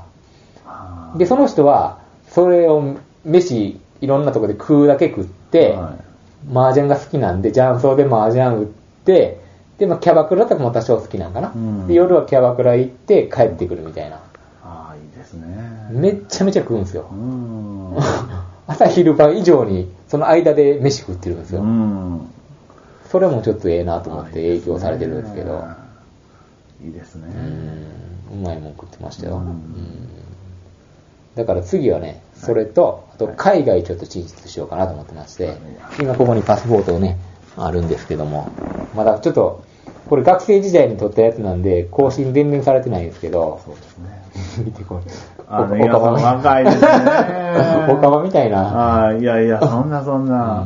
[SPEAKER 2] あー
[SPEAKER 1] で、その人は、それを飯、いろんなとこで食うだけ食って、
[SPEAKER 2] はい
[SPEAKER 1] 麻雀が好きなんで、雀荘で麻雀打って、で、まあ、キャバクラとかも多少好きなんかな、
[SPEAKER 2] うん
[SPEAKER 1] で夜はキャバクラ行って帰ってくるみたいな。
[SPEAKER 2] ああ、いいですね。
[SPEAKER 1] めっちゃめちゃ食うんですよ
[SPEAKER 2] う。 ん。
[SPEAKER 1] 朝昼晩以上に、その間で飯食ってるんですよ。
[SPEAKER 2] うん。
[SPEAKER 1] それもちょっとええなと思って影響されてるんですけど、
[SPEAKER 2] いいですね。
[SPEAKER 1] うん、うまいもん食ってましたよ。
[SPEAKER 2] うん
[SPEAKER 1] うんだから次はね、それと、あと海外ちょっと進出しようかなと思ってまして、今ここにパスポートをね、あるんですけども、まだちょっと、これ学生時代に撮ったやつなんで、更新全然されてないんですけど、
[SPEAKER 2] そうですね。
[SPEAKER 1] 見てこれ。
[SPEAKER 2] あ
[SPEAKER 1] お
[SPEAKER 2] の、皆さん
[SPEAKER 1] お
[SPEAKER 2] 若いですね。
[SPEAKER 1] か ばおかばみたいな。
[SPEAKER 2] ああ、いやいや、そんなそんな。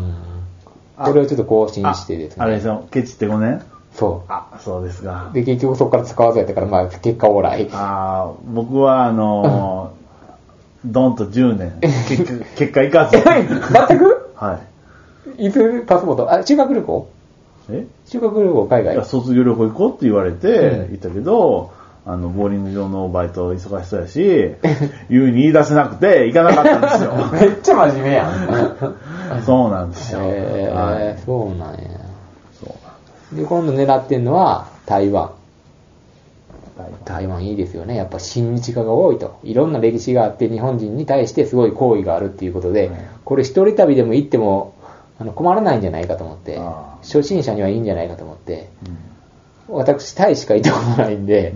[SPEAKER 1] うんこれをちょっと更新
[SPEAKER 2] あ
[SPEAKER 1] してです
[SPEAKER 2] あれで
[SPEAKER 1] ね。
[SPEAKER 2] しょ、ケチって5年
[SPEAKER 1] そ
[SPEAKER 2] あ、そうですか
[SPEAKER 1] う。。で、結局そこから使わずやったから、まあ、結果オーライ。
[SPEAKER 2] ああ、僕は あのー、ドンと10年。結局結果いか ず。
[SPEAKER 1] 全く
[SPEAKER 2] はい。
[SPEAKER 1] いつパスポートあ、修学旅行
[SPEAKER 2] え
[SPEAKER 1] 修学旅行海
[SPEAKER 2] いや
[SPEAKER 1] 外
[SPEAKER 2] 卒業旅行行こうって言われて、
[SPEAKER 1] うん
[SPEAKER 2] 行ったけど、あの、ボーリング場のバイト忙しそうや し、言うに言い出せなくて行かなかったんですよ。
[SPEAKER 1] めっちゃ真面目やん。
[SPEAKER 2] そうなんですよ。
[SPEAKER 1] え
[SPEAKER 2] はい
[SPEAKER 1] ー、そうなんや。
[SPEAKER 2] そうなんで
[SPEAKER 1] で、今度狙ってんのは台湾。
[SPEAKER 2] すはい
[SPEAKER 1] 台湾いいですよね。やっぱ親日家が多いと。いろんな歴史があって、日本人に対してすごい好意があるっていうことで
[SPEAKER 2] はい、
[SPEAKER 1] これ一人旅でも行ってもあの困らないんじゃないかと思って
[SPEAKER 2] あ、ー
[SPEAKER 1] 初心者にはいいんじゃないかと思って、
[SPEAKER 2] うん
[SPEAKER 1] 私、タイしか行ったことないんで、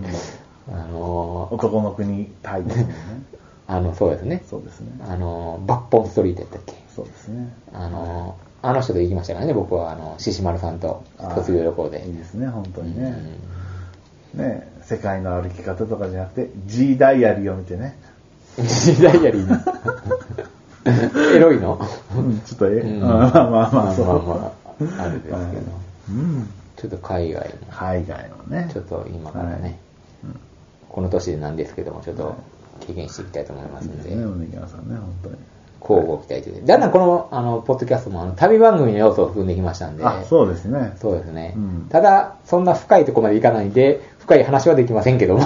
[SPEAKER 1] あの
[SPEAKER 2] 男の国、タ イですもんね。
[SPEAKER 1] ー、あの、そうですね。
[SPEAKER 2] そうですね。
[SPEAKER 1] あのー、抜本ストリートやったっけ
[SPEAKER 2] そうですね。
[SPEAKER 1] あの、あの人と行きましたからね、僕は、あの、獅子丸さんと
[SPEAKER 2] あー
[SPEAKER 1] 卒業旅行で
[SPEAKER 2] い。いですね、本当に
[SPEAKER 1] う
[SPEAKER 2] ね。
[SPEAKER 1] ん
[SPEAKER 2] ね、世界の歩き方とかじゃなくて、G ダイアリーを見 てね。
[SPEAKER 1] 時代やりな。エロいの
[SPEAKER 2] うんちょっとえ、
[SPEAKER 1] うん
[SPEAKER 2] まあまあまあ、そう。
[SPEAKER 1] まあまあ、あるですけど。
[SPEAKER 2] うん。
[SPEAKER 1] ちょっと海外も、
[SPEAKER 2] 海外のね。
[SPEAKER 1] ちょっと今から
[SPEAKER 2] はい
[SPEAKER 1] ね、この年なんですけども、ちょっと経験していきたいと思います
[SPEAKER 2] いい
[SPEAKER 1] ん
[SPEAKER 2] です
[SPEAKER 1] で、
[SPEAKER 2] ね、梅木さんね、本当に。
[SPEAKER 1] 交互期待ということで。だんだんこの、あの、ポッドキャストも、あの、旅番組の要素を含んできましたんで、
[SPEAKER 2] あ、そうですね。
[SPEAKER 1] そうですね
[SPEAKER 2] うん。
[SPEAKER 1] ただ、そんな深いとこまでいかないんで、深い話はできませんけども。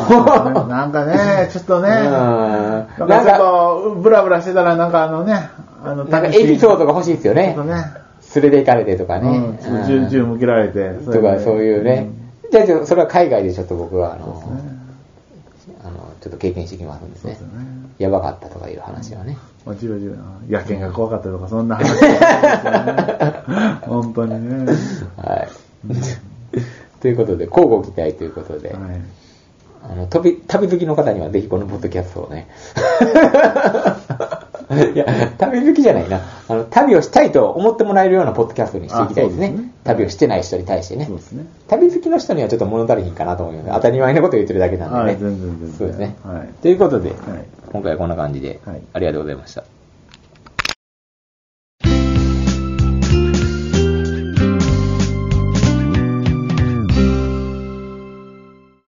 [SPEAKER 2] なんかね、ちょっとね、
[SPEAKER 1] うん
[SPEAKER 2] なんかちょっと、ブラブラしてたら、なんかあのね、あ
[SPEAKER 1] な
[SPEAKER 2] の、
[SPEAKER 1] んかエ
[SPEAKER 2] タクシー
[SPEAKER 1] ピソードが欲しいですよ
[SPEAKER 2] ちょ
[SPEAKER 1] ね
[SPEAKER 2] っと。ね、
[SPEAKER 1] 連れて行かれてとかね。
[SPEAKER 2] うんちょっと
[SPEAKER 1] うん
[SPEAKER 2] 銃、銃向けられて、
[SPEAKER 1] とかそういうね。じゃあちょっと、それは海外でちょっと僕は、あ
[SPEAKER 2] うん。そうです
[SPEAKER 1] の、
[SPEAKER 2] ね。
[SPEAKER 1] あのちょっと経験してきますんです
[SPEAKER 2] そうで
[SPEAKER 1] ね
[SPEAKER 2] す。ね。
[SPEAKER 1] やばかったとかいう話はね。
[SPEAKER 2] まあ、じろじろな野犬が怖かったとか、そんな話 なんですよね。本当にね。
[SPEAKER 1] はい。 ということで、交互期待ということで、
[SPEAKER 2] はい。
[SPEAKER 1] あの、旅、旅好きの方にはぜひこのポッドキャストを ね。いや、旅好きじゃないな。あの、旅をしたいと思ってもらえるようなポッドキャストにしていきたいですね。
[SPEAKER 2] あそうですね
[SPEAKER 1] 旅をしてない人に対してね
[SPEAKER 2] そう。ですね。
[SPEAKER 1] 旅好きの人にはちょっと物足りひんかなと思います。当たり前のこと言ってるだけなんでね。
[SPEAKER 2] はい全然全然
[SPEAKER 1] そうですね。
[SPEAKER 2] はい
[SPEAKER 1] ということで、
[SPEAKER 2] はい
[SPEAKER 1] 今回はこんな感じで、
[SPEAKER 2] はい
[SPEAKER 1] ありがとうございました。